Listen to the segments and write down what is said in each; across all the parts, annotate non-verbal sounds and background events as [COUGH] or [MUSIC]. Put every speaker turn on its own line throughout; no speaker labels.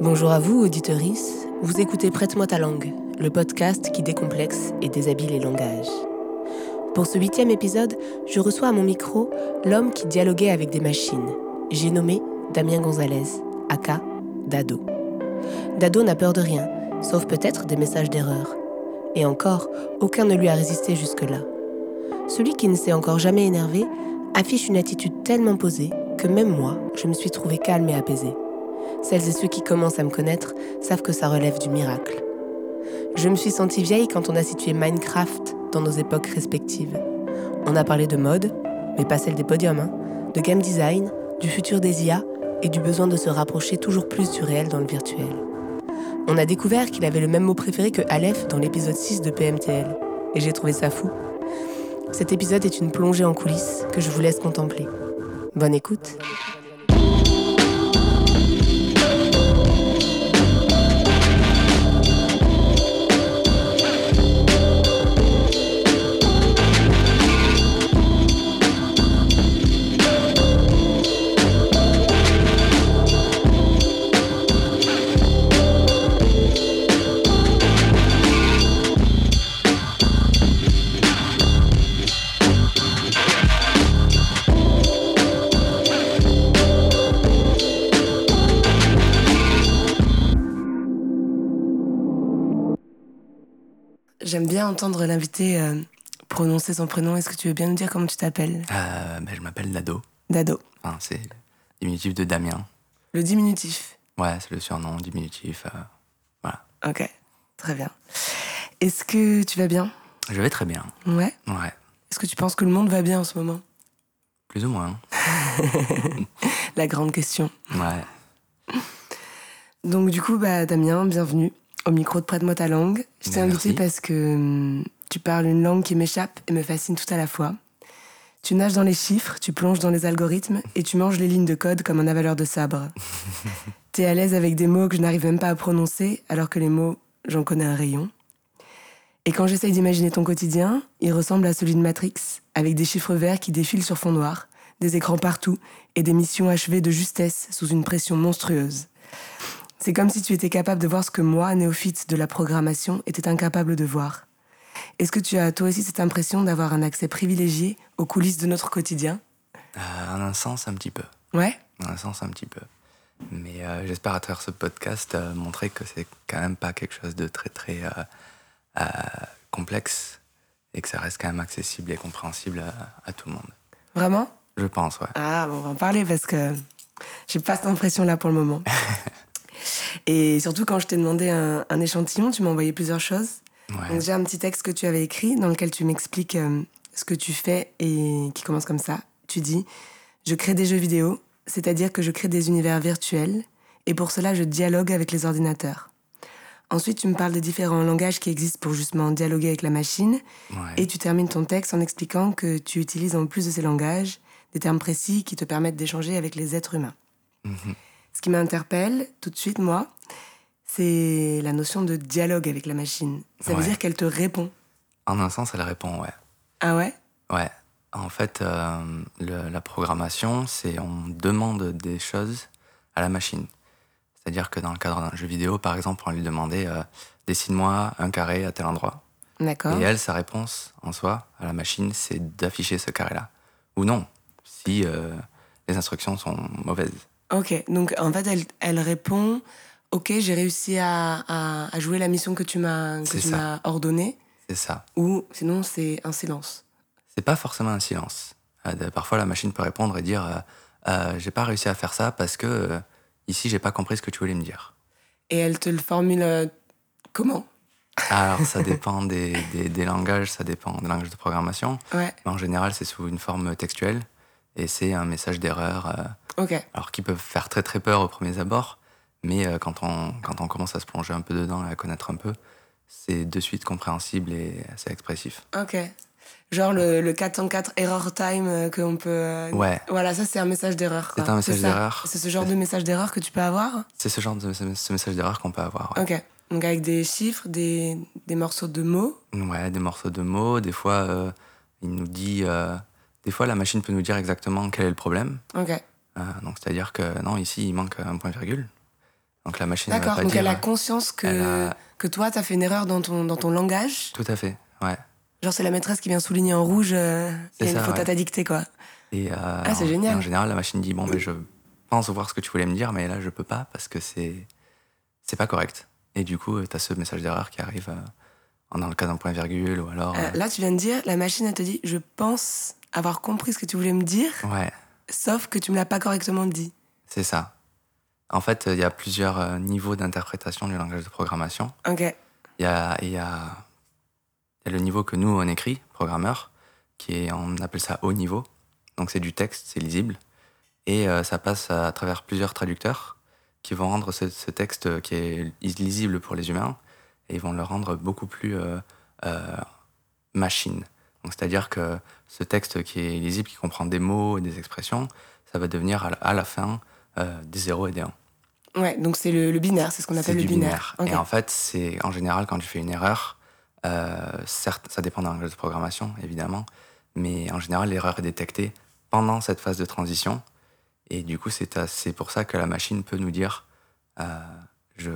Bonjour à vous, auditorice. Vous écoutez Prête-moi ta langue, le podcast qui décomplexe et déshabille les langages. Pour ce huitième épisode, je reçois à mon micro l'homme qui dialoguait avec des machines. J'ai nommé Damien Gonzalez, aka Dado. Dado n'a peur de rien, sauf peut-être des messages d'erreur. Et encore, aucun ne lui a résisté jusque-là. Celui qui ne s'est encore jamais énervé affiche une attitude tellement posée que même moi, je me suis trouvée calme et apaisée. Celles et ceux qui commencent à me connaître savent que ça relève du miracle. Je me suis sentie vieille quand on a situé Minecraft dans nos époques respectives. On a parlé de mode, mais pas celle des podiums, hein, de game design, du futur des IA et du besoin de se rapprocher toujours plus du réel dans le virtuel. On a découvert qu'il avait le même mot préféré que Aleph dans l'épisode 6 de PMTL, et j'ai trouvé ça fou. Cet épisode est une plongée en coulisses que je vous laisse contempler. Bonne écoute. J'aime bien entendre l'invité euh, prononcer son prénom. Est-ce que tu veux bien nous dire comment tu t'appelles
Euh, ben, je m'appelle Dado.
Dado.
Enfin, c'est le diminutif de Damien.
Le diminutif.
Ouais, c'est le surnom, diminutif. euh,
Ok, très bien. Est-ce que tu vas bien
Je vais très bien.
Ouais.
Ouais,
Est-ce que tu penses que le monde va bien en ce moment
plus ou moins.
La grande question.
Ouais.
Donc du coup, bah, Damien, bienvenue au micro de Prête-moi ta langue. Je t'ai
Bah,
invité
merci.
parce que hum, tu parles une langue qui m'échappe et me fascine tout à la fois. Tu nages dans les chiffres, tu plonges dans les algorithmes et tu manges les lignes de code comme un avaleur de sabre. T'es à l'aise avec des mots que je n'arrive même pas à prononcer alors que les mots, j'en connais un rayon. Et quand j'essaye d'imaginer ton quotidien, il ressemble à celui de Matrix, avec des chiffres verts qui défilent sur fond noir, des écrans partout et des missions achevées de justesse sous une pression monstrueuse. C'est comme si tu étais capable de voir ce que moi, néophyte de la programmation, étais incapable de voir. Est-ce que tu as toi aussi cette impression d'avoir un accès privilégié aux coulisses de notre quotidien
Euh, en un sens, un petit peu.
Ouais
En un sens, un petit peu. Mais euh, j'espère à travers ce podcast euh, montrer que c'est quand même pas quelque chose de très très euh, euh, complexe et que ça reste quand même accessible et compréhensible euh, à, à tout le monde.
Vraiment
Je pense, ouais.
Ah, bon, on va en parler parce que j'ai pas cette impression-là pour le moment. Et surtout, quand je t'ai demandé un, un échantillon, tu m'as envoyé plusieurs choses.
Ouais.
Donc, j'ai un petit texte que tu avais écrit dans lequel tu m'expliques euh, ce que tu fais et qui commence comme ça. Tu dis Je crée des jeux vidéo, c'est-à-dire que je crée des univers virtuels, et pour cela, je dialogue avec les ordinateurs. Ensuite, tu me parles des différents langages qui existent pour justement dialoguer avec la machine,
ouais.
et tu termines ton texte en expliquant que tu utilises en plus de ces langages des termes précis qui te permettent d'échanger avec les êtres humains.
Mhm.
Ce qui m'interpelle tout de suite, moi, c'est la notion de dialogue avec la machine. Ça veut
Ouais.
dire qu'elle te répond.
En un sens, elle répond, ouais.
Ah ouais
Ouais. En fait, euh, le- la programmation, c'est on demande des choses à la machine. C'est-à-dire que dans le cadre d'un jeu vidéo, par exemple, on lui demandait euh, dessine-moi un carré à tel endroit.
D'accord.
Et elle, sa réponse en soi à la machine, c'est d'afficher ce carré-là. Ou non, si euh, les instructions sont mauvaises.
Ok, donc en fait, elle, elle répond Ok, j'ai réussi à, à- à jouer la mission que tu m'as que
C'est
tu
ça.
m'as ordonnée,
C'est ça.
ou sinon, c'est un silence.
C'est pas forcément un silence. Euh, de- parfois, la machine peut répondre et dire euh, Euh, j'ai pas réussi à faire ça parce que euh, ici, j'ai pas compris ce que tu voulais me dire.
Et elle te le formule euh, comment
Alors, ça dépend des, des- des langages, ça dépend des langages de programmation.
Ouais,
Mais en général, c'est sous une forme textuelle et c'est un message d'erreur, euh,
ok.
alors qui peut faire très très peur aux premiers abords, mais euh, quand, on, quand on commence à se plonger un peu dedans et à connaître un peu, c'est de suite compréhensible et assez expressif.
Ok. Genre le, le 404 error time euh, qu'on peut. euh,
Ouais,
Voilà, ça c'est un message d'erreur. quoi.
C'est un message
ça.
d'erreur.
C'est ce genre de message d'erreur que tu peux avoir
c'est ce genre de ce- ce message d'erreur qu'on peut avoir. ouais.
Ok. Donc avec des chiffres, des, des morceaux de mots.
Ouais, des morceaux de mots, des fois, euh, il nous dit. euh, des fois, la machine peut nous dire exactement quel est le problème.
Ok.
Euh, donc c'est-à-dire que non, ici il manque un point virgule. Donc la machine elle va
D'accord,
pas
donc
dire.
elle a conscience que,
elle a-
que toi, t'as fait une erreur dans ton, dans ton langage.
Tout à fait, ouais.
Genre, c'est la maîtresse qui vient souligner en rouge, euh, il y a
C'est
une
ça,
faute à
ouais.
ta dictée, quoi.
Et, euh,
Ah, c'est
en-
génial.
et En général, la machine dit bon, mais je pense voir ce que tu voulais me dire, mais là, je peux pas parce que c'est c'est pas correct. Et du coup, tu as ce message d'erreur qui arrive euh, dans le cas d'un point virgule ou alors.
Euh, là, tu viens de dire, la machine, elle te dit, je pense avoir compris ce que tu voulais me dire,
euh, ouais,
sauf que tu me l'as pas correctement dit.
c'est ça. En fait, il y a plusieurs euh, niveaux d'interprétation du langage de programmation.
Ok.
Il y a, il y a- il y a le niveau que nous, on écrit, programmeur, qui est, on appelle ça haut niveau. Donc c'est du texte, c'est lisible. Et euh, ça passe à travers plusieurs traducteurs qui vont rendre ce, ce texte euh, qui est lisible pour les humains et ils vont le rendre beaucoup plus euh, euh, machine. Donc c'est-à-dire que ce texte qui est lisible, qui comprend des mots et des expressions, ça va devenir à la, à la fin euh, des 0 et des 1.
Ouais, donc c'est le, le binaire, c'est ce qu'on
C'est
appelle le
du
binaire.
binaire.
Ok.
Et en fait, c'est en général quand tu fais une erreur, euh, certes, ça dépend d'un langage de programmation, évidemment, mais en général, l'erreur est détectée pendant cette phase de transition. Et du coup, c'est à- c'est pour ça que la machine peut nous dire euh, je,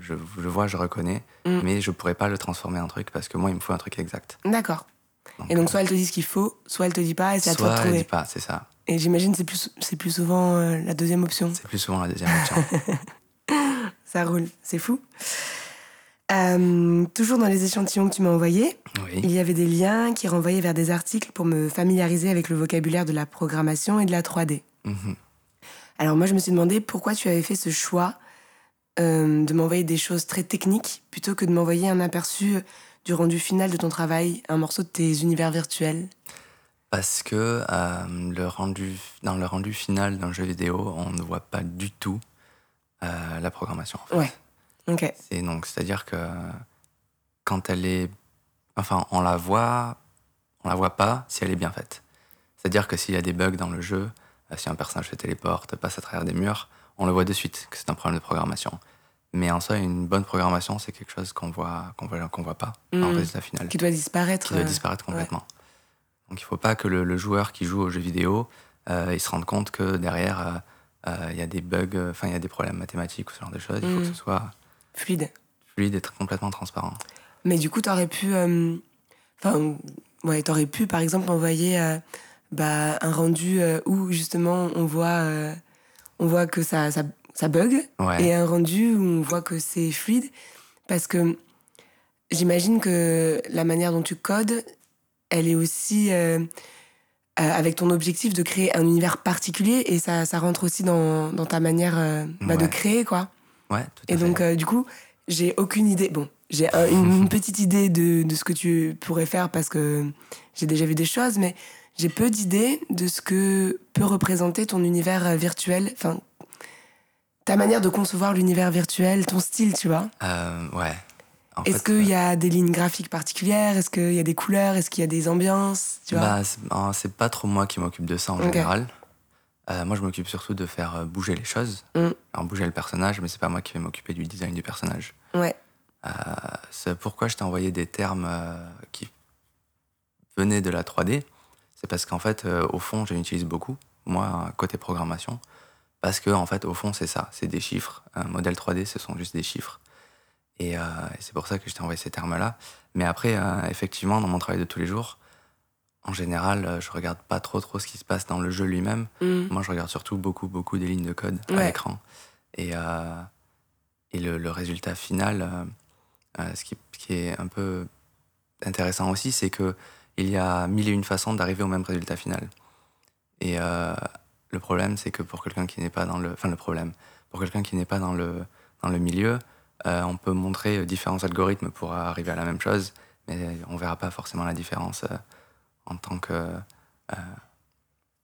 je, je vois, je reconnais,
Mm.
mais je pourrais pas le transformer en truc parce que moi, il me faut un truc exact.
D'accord. Et donc, soit elle te dit ce qu'il faut, soit elle te dit pas, et c'est à toi de
soit elle dit
trouver.
pas, c'est ça.
Et j'imagine c'est plus c'est plus souvent euh, la deuxième option.
C'est plus souvent la deuxième option.
[LAUGHS] Ça roule, c'est fou. Euh, toujours dans les échantillons que tu m'as envoyés, il
oui,
y avait des liens qui renvoyaient vers des articles pour me familiariser avec le vocabulaire de la programmation et de la 3D.
Mhm.
Alors moi, je me suis demandé pourquoi tu avais fait ce choix euh, de m'envoyer des choses très techniques plutôt que de m'envoyer un aperçu euh, du rendu final de ton travail, un morceau de tes univers virtuels.
parce que euh, le rendu, dans le rendu final d'un jeu vidéo, on ne voit pas du tout euh, la programmation. En fait.
Ouais. Ok.
C'est donc, c'est-à-dire que quand elle est, enfin, on la voit, on la voit pas si elle est bien faite. C'est-à-dire que s'il y a des bugs dans le jeu, euh, si un personnage se téléporte, passe à travers des murs, on le voit de suite que c'est un problème de programmation. Mais en soi, une bonne programmation, c'est quelque chose qu'on voit, qu'on voit, qu'on voit pas en
Mm.
résultat final,
Qui doit disparaître.
qui doit
euh,
disparaître complètement. Donc, il faut pas que le, le joueur qui joue aux jeux vidéo, euh, il se rende compte que derrière, euh, euh, il y a des bugs, euh, enfin, il y a des problèmes mathématiques ou ce genre de choses. Il faut
Mm.
que ce soit
fluide.
lui d'être complètement transparent.
Mais du coup, t'aurais pu, euh, enfin, ouais, t'aurais pu, par exemple, envoyer euh, bah, un rendu euh, où justement on voit, euh, on voit que ça, ça, ça bug,
Ouais.
et un rendu où on voit que c'est fluide, parce que j'imagine que la manière dont tu codes, elle est aussi euh, euh, avec ton objectif de créer un univers particulier, et ça, ça rentre aussi dans, dans ta manière euh, bah, de
Ouais.
créer, quoi.
Ouais, tout à
Et donc,
fait.
euh, du coup, j'ai aucune idée. Bon, j'ai un-
[LAUGHS]
une petite idée de, de ce que tu pourrais faire parce que j'ai déjà vu des choses, mais j'ai peu d'idées de ce que peut représenter ton univers euh, virtuel. Enfin, ta manière de concevoir l'univers virtuel, ton style, tu vois.
Euh, ouais. En
Est-ce
fait,
qu'il y a des lignes graphiques particulières Est-ce qu'il y a des couleurs Est-ce qu'il y a des ambiances Tu vois
bah, c'est- ah, c'est pas trop moi qui m'occupe de ça en
Ok.
général. Euh, moi, je m'occupe surtout de faire euh, bouger les choses,
Mm.
Alors, bouger le personnage, mais c'est pas moi qui vais m'occuper du design du personnage.
Ouais.
C'est pourquoi je t'ai envoyé des termes euh, qui venaient de la 3D. C'est parce qu'en fait, euh, au fond, je l'utilise beaucoup, moi, côté programmation. Parce que, en fait, au fond, c'est ça. C'est des chiffres. Un modèle 3D, ce sont juste des chiffres. Et, euh, et c'est pour ça que je t'ai envoyé ces termes-là. Mais après, euh, effectivement, dans mon travail de tous les jours, en général, euh, je regarde pas trop, trop ce qui se passe dans le jeu lui-même.
Mm.
Moi, je regarde surtout beaucoup, beaucoup des lignes de code à
Ouais.
l'écran. Et, euh, et le, le résultat final, euh, euh, ce, qui, ce qui est un peu intéressant aussi, c'est que il y a mille et une façons d'arriver au même résultat final. Et euh, le problème, c'est que pour quelqu'un qui n'est pas dans le... Enfin, le problème. Pour quelqu'un qui n'est pas dans le, dans le milieu, euh, on peut montrer différents algorithmes pour arriver à la même chose, mais on verra pas forcément la différence euh, en tant que... euh,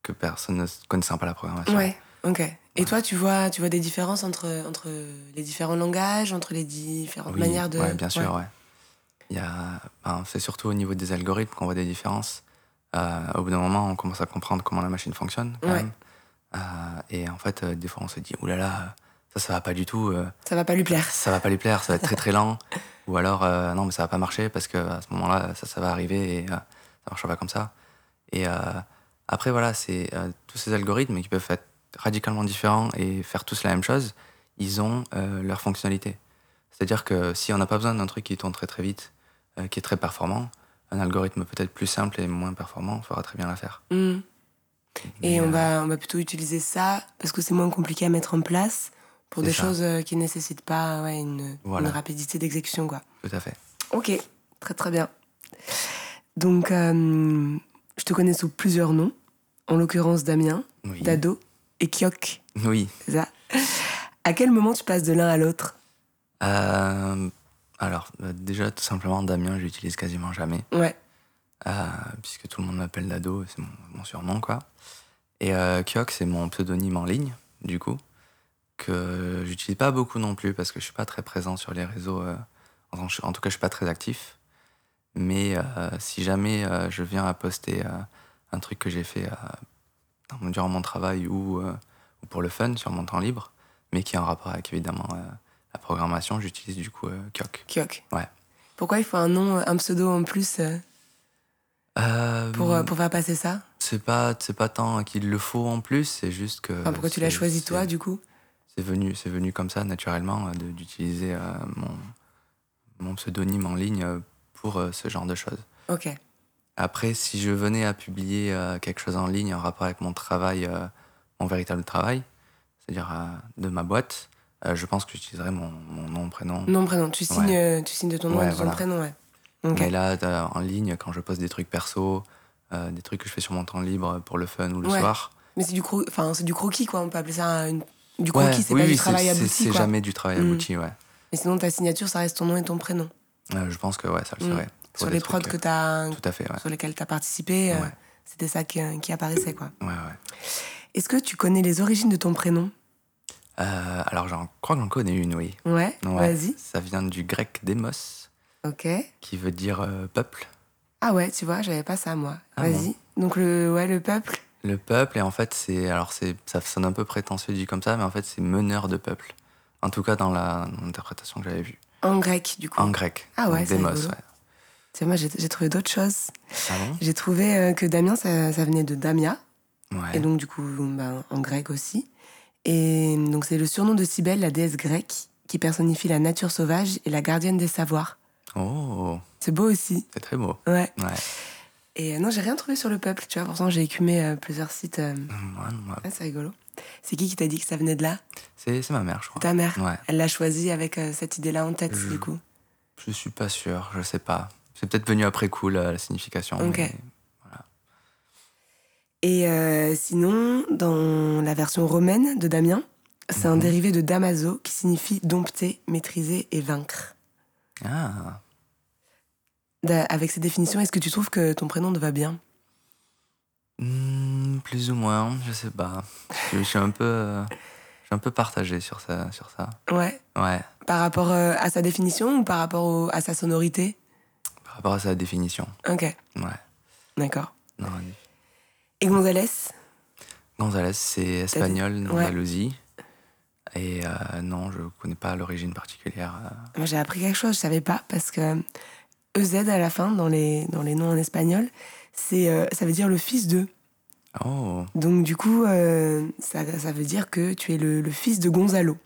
que personne ne connaissant pas la programmation.
Ouais. Ok. Et toi, tu vois, tu vois des différences entre, entre les différents langages, entre les différentes
Oui,
manières de.
ouais, bien sûr,
Ouais.
ouais. Il y a, ben, c'est surtout au niveau des algorithmes qu'on voit des différences. Euh, au bout d'un moment, on commence à comprendre comment la machine fonctionne. quand
Ouais.
même. Euh, et en fait, euh, des fois, on se dit, oulala, ça, ça va pas du tout. euh,
Ça va pas lui plaire.
ça va pas lui plaire, ça va être très très lent. Ou alors, euh, non, mais ça va pas marcher parce que à ce moment-là, ça, ça va arriver et euh, ça marchera pas comme ça. Et euh, après, voilà, c'est euh, tous ces algorithmes qui peuvent être radicalement différents et faire tous la même chose. ils ont euh, leur fonctionnalité. C'est-à-dire que si on n'a pas besoin d'un truc qui tourne très très vite, euh, qui est très performant, un algorithme peut-être plus simple et moins performant fera très bien l'affaire.
Mm. Et
Mais,
on,
euh,
va, on va plutôt utiliser ça parce que c'est moins compliqué à mettre en place pour
C'est
des
ça.
choses euh, qui ne nécessitent pas ouais, une,
Voilà.
une rapidité d'exécution. quoi.
Tout à fait.
Ok, très très bien. Donc, euh, je te connais sous plusieurs noms, en l'occurrence Damien,
Oui.
Dado et Kyok.
Oui.
c'est ça À quel moment tu passes de l'un à l'autre
Euh, alors, euh, déjà, tout simplement, Damien, je l'utilise quasiment jamais,
Ouais,
euh, puisque tout le monde m'appelle Dado, c'est mon, mon surnom, quoi. Et euh, Kyok, c'est mon pseudonyme en ligne, du coup, que j'utilise pas beaucoup non plus, parce que je suis pas très présent sur les réseaux. euh, en, tant que- en tout cas, je suis pas très actif. Mais euh, si jamais euh, je viens à poster euh, un truc que j'ai fait euh, dans mon- durant mon travail ou, euh, ou pour le fun, sur mon temps libre, mais qui est en rapport avec évidemment euh, la programmation, j'utilise du coup euh, Kyok.
Kyok.
Ouais.
Pourquoi il faut un nom, un pseudo en plus euh,
Euh,
pour, euh, pour faire passer ça
C'est pas, c'est pas tant qu'il le faut en plus, c'est juste que.
Enfin, Pourquoi tu l'as
euh, c'est-
choisi
c'est-
toi du coup
C'est venu, c'est venu comme ça naturellement euh, de- d'utiliser euh, mon, mon pseudonyme en ligne euh, pour euh, ce genre de choses.
Ok,
Mm. Après, si je venais à publier euh, quelque chose en ligne en rapport avec mon travail, euh, mon véritable travail, c'est-à-dire euh, de ma boîte, euh, je pense que j'utiliserais mon, mon nom, prénom.
nom, prénom. Tu signes, euh, tu signes de ton nom
Ouais,
et de ton
voilà.
prénom, ouais. Ok.
Mais là, t'as- en ligne, quand je poste des trucs perso, euh, des trucs que je fais sur mon temps libre pour le fun ou le
Ouais.
soir,
Mais c'est du, cro- enfin, c'est du croquis, quoi. On peut appeler ça un- une- du
Ouais,
croquis, c'est
oui,
pas
oui,
du travail
c'est- c'est-
abouti,
C'est
quoi.
jamais du travail
Mm.
abouti, ouais.
Mais sinon, ta signature, ça reste ton nom et ton prénom.
Euh, je pense que ouais, ça le
Mm.
serait. Pour
Sur
des
les prods
trucs,
que
euh,
t'as,
Tout à fait, ouais.
sur lesquels tu as participé, euh,
Ouais.
c'était ça qui, euh, qui apparaissait. quoi.
ouais, ouais.
Est-ce que tu connais les origines de ton prénom
Euh, alors, j'en crois que j'en connais une, oui.
Ouais,
Ouais.
vas-y.
Ça vient du grec demos,
Ok.
qui veut dire euh, peuple.
Ah ouais, tu vois, j'avais pas ça, moi.
Ah
vas-y. Donc, le, ouais, le peuple.
Le peuple, et en fait, c'est. Alors, c'est, ça sonne un peu prétentieux dit comme ça, mais en fait, c'est meneur de peuple. En tout cas, dans la- dans l'interprétation que j'avais vue.
En grec, du coup.
En grec.
Ah ouais,
Donc,
c'est
Demos,
rigolo.
ouais.
Tu vois, moi, j'ai j'ai trouvé d'autres choses.
Ah bon
J'ai trouvé euh, que Damien, ça, ça venait de Damia,
Ouais.
et donc, du coup, ben, en grec aussi. Et donc, c'est le surnom de Cybèle, la déesse grecque, qui personnifie la nature sauvage et la gardienne des savoirs.
Oh,
C'est beau aussi.
c'est très beau.
Ouais.
Ouais.
Et euh, non, j'ai rien trouvé sur le peuple, tu vois. Pourtant, j'ai écumé euh, plusieurs sites. euh,
Ouais, ouais.
Ah, c'est rigolo. C'est qui qui t'a dit que ça venait de là
C'est, c'est ma mère, je crois.
Ta mère.
Ouais.
Elle l'a choisi avec euh, cette idée-là en tête,
Je-
du coup.
Je suis pas sûr, je sais pas. C'est peut-être venu après coup la, la signification.
Ok.
mais-
Et euh, sinon, dans la version romaine de Damien, c'est un
Mhm.
dérivé de Damaso qui signifie dompter, maîtriser et vaincre.
Ah,
Da- avec ces définitions, est-ce que tu trouves que ton prénom te va bien
Hmm, plus ou moins, je sais pas. Je, je suis un peu, euh, je suis un peu partagé sur ça, sur ça.
Ouais.
Ouais.
Par rapport euh, à sa définition ou par rapport au- à sa sonorité
Par rapport à sa définition.
Ok,
Ouais.
d'accord.
Non,
Et Gonzalez
Gonzalez, c'est espagnol,
Ouais.
Andalousie. Et euh, non, je connais pas l'origine particulière. euh.
Moi, j'ai appris quelque chose, je savais pas, parce que EZ à la fin, dans les, dans les noms en espagnol, c'est, euh, ça veut dire le fils de.
Oh,
Donc, du coup, euh, ça, ça veut dire que tu es le, le fils de Gonzalo.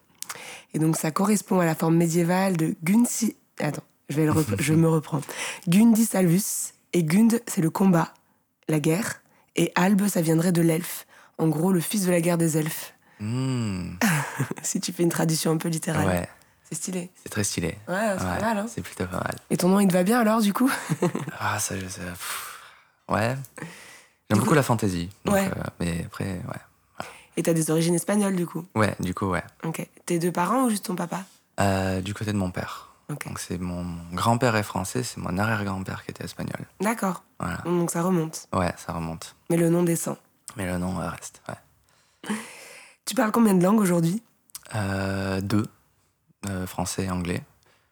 Et donc, ça correspond à la forme médiévale de Gunsi. Attends, je, vais le repre- je me
[LAUGHS]
reprends. Gundi Salvus. Et Gund, c'est le combat, la guerre. Et Albe, ça viendrait de l'elfe. En gros, le fils de la guerre des elfes. [LAUGHS]
Hmm.
si tu fais une traduction un peu littérale.
ouais,
C'est stylé.
c'est très stylé.
Ouais, c'est pas
Ouais,
mal, hein.
C'est plutôt pas mal.
Et ton nom, il te va bien alors, du coup
Ah, ça, je sais. pff. Ouais. J'aime beaucoup la fantaisie. donc,
Ouais.
euh, mais après, ouais.
Et t'as des origines espagnoles du coup.
Ouais, du coup, ouais.
Ok. Tes deux parents ou juste ton papa
Euh, du côté de mon père.
Ok.
Donc c'est mon, mon grand-père est français, c'est mon arrière-grand-père qui était espagnol.
D'accord.
Voilà.
Donc ça remonte.
Ouais, ça remonte.
Mais le nom descend.
Mais le nom euh, reste. Ouais.
Tu parles combien de langues aujourd'hui
Euh, deux, euh, français et anglais,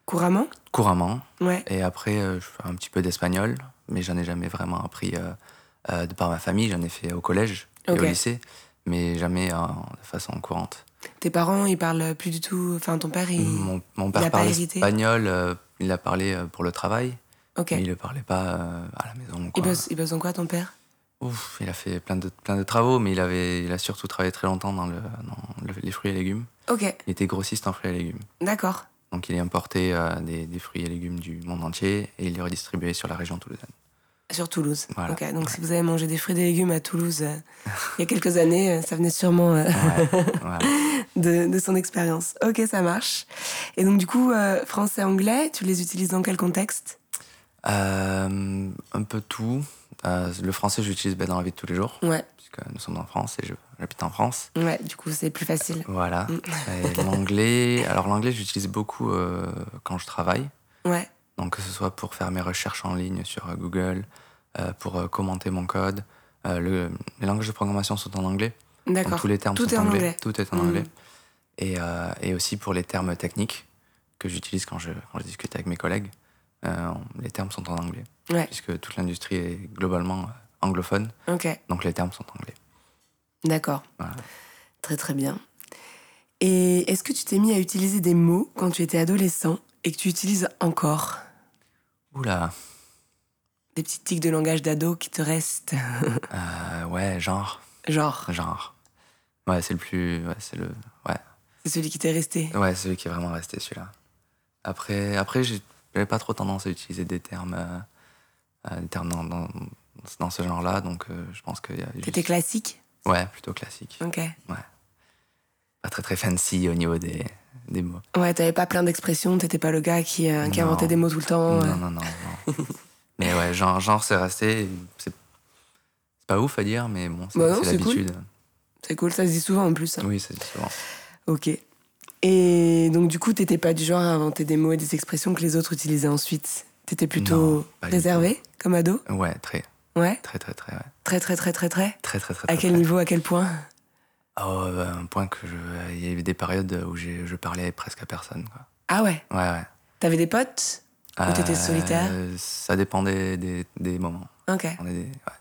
Couramment
couramment.
Ouais.
Et après, euh, je fais un petit peu d'espagnol, mais j'en ai jamais vraiment appris euh, euh, de par ma famille. J'en ai fait au collège et
Ok.
au lycée, mais jamais euh, de façon courante.
Tes parents, ils parlent plus du tout. Enfin, ton père, il.
Mon, mon
il a
père
pas
parlait
hérité
espagnol, euh, il a parlé euh, pour le travail,
ok. ben,
mais il ne parlait pas euh, à la maison.
Il
Quoi.
bosse, il bosse en quoi ton père
Ouf, il a fait plein de, plein de travaux, mais il, avait, il a surtout travaillé très longtemps dans, le, dans le- les fruits et légumes.
Ok,
Il était grossiste en fruits et légumes.
d'accord.
Donc il importait euh, des, des fruits et légumes du monde entier et il les redistribuait sur la région toulousaine.
Sur Toulouse.
Voilà.
Ok, donc si vous avez mangé des fruits et des légumes à Toulouse euh, il y a quelques années, euh, ça venait sûrement euh, [LAUGHS]
Ouais, voilà.
de, de son expérience. Ok, ça marche. Et donc du coup, euh, français, anglais, tu les utilises dans quel contexte
Euh, un peu tout. Euh, le français, j'utilise ben, dans la vie de tous les jours,
Ouais,
puisque nous sommes en France et je- j'habite en France.
ouais, du coup c'est plus facile.
Voilà.
Mm.
Et l'anglais, alors l'anglais, j'utilise beaucoup euh, quand je travaille.
Ouais,
Donc, que ce soit pour faire mes recherches en ligne sur euh, Google, euh, pour euh, commenter mon code. Euh, le- les langages de programmation sont en anglais. Donc,
d'accord.
tous les termes
Tout
sont
est en
en anglais.
anglais.
Tout est en
Mm.
anglais. Et, euh, et aussi pour les termes techniques que j'utilise quand je, quand je discute avec mes collègues, euh, on- les termes sont en anglais.
Ouais.
Puisque toute l'industrie est globalement euh, anglophone,
Ok,
donc les termes sont anglais.
d'accord.
Voilà.
Très très bien. Et est-ce que tu t'es mis à utiliser des mots quand tu étais adolescent et que tu utilises encore
Oula,
Des petits tics de langage d'ado qui te restent
euh, ouais, genre,
Genre,
genre. Ouais, c'est le plus. Ouais, c'est le.
c'est celui qui t'est resté.
Ouais, celui qui est vraiment resté, celui-là. Après, après j'ai- j'avais pas trop tendance à utiliser des termes, euh, euh, des termes dans, dans- dans ce genre-là, donc euh, je pense que. y a
T'étais
juste-
classique
Ouais, plutôt classique.
Ok.
Pas très très fancy au niveau des, des mots.
Ouais, t'avais pas plein d'expressions, t'étais pas le gars qui, euh, qui
Non.
inventait des mots tout le temps.
Non, non, non, non.
[LAUGHS]
mais ouais, genre, genre c'est resté. C'est c'est pas ouf à dire, mais bon, c'est
Bah non,
c'est
c'est cool.
l'habitude.
C'est cool, ça se dit souvent en plus. hein.
Oui, c'est souvent.
Ok. Et donc du coup, t'étais pas du genre à inventer des mots et des expressions que les autres utilisaient ensuite. T'étais plutôt
Non, pas du
réservé comme ado
Ouais, très,
Ouais.
très, très, très, ouais.
Très très très très très.
très, très, très.
À
très,
quel
très.
niveau, à quel point
Oh, bah, un point que je. Il y a eu des périodes où j'ai- je parlais presque à personne. Quoi.
Ah ouais.
Ouais, ouais.
T'avais des potes Ou t'étais
Euh,
solitaire
Ça dépendait des, des moments.
Ok.
On est des- ouais.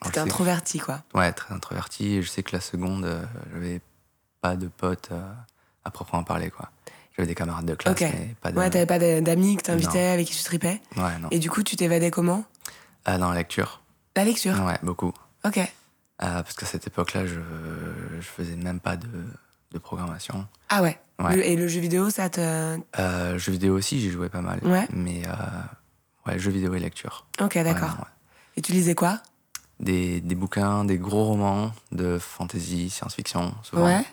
Alors, je
T'étais
sais que-
introverti, quoi.
Ouais, très introverti. Et je sais que la seconde, euh, j'avais pas de potes euh, à proprement parler, quoi. J'avais des camarades de classe,
Ok.
mais pas de.
Ouais, t'avais pas d'a- d'amis que t'invitais,
Euh, Non.
avec qui tu tripais.
Ouais, non.
Et du coup, tu t'évadais comment
Ah, dans la lecture.
La lecture.
Ouais, beaucoup.
Ok.
Ah, parce qu'à cette époque-là, je, je faisais même pas de, de programmation.
Ah ouais.
Ouais.
Le- et le jeu vidéo, ça te.
Euh, jeux vidéo aussi, j'y jouais pas mal.
Ouais.
Mais euh, ouais, jeux vidéo et lecture.
Ok,
Ouais,
d'accord.
non, ouais.
Et tu lisais quoi
Des, des bouquins, des gros romans de fantasy, science-fiction, souvent.
Ouais.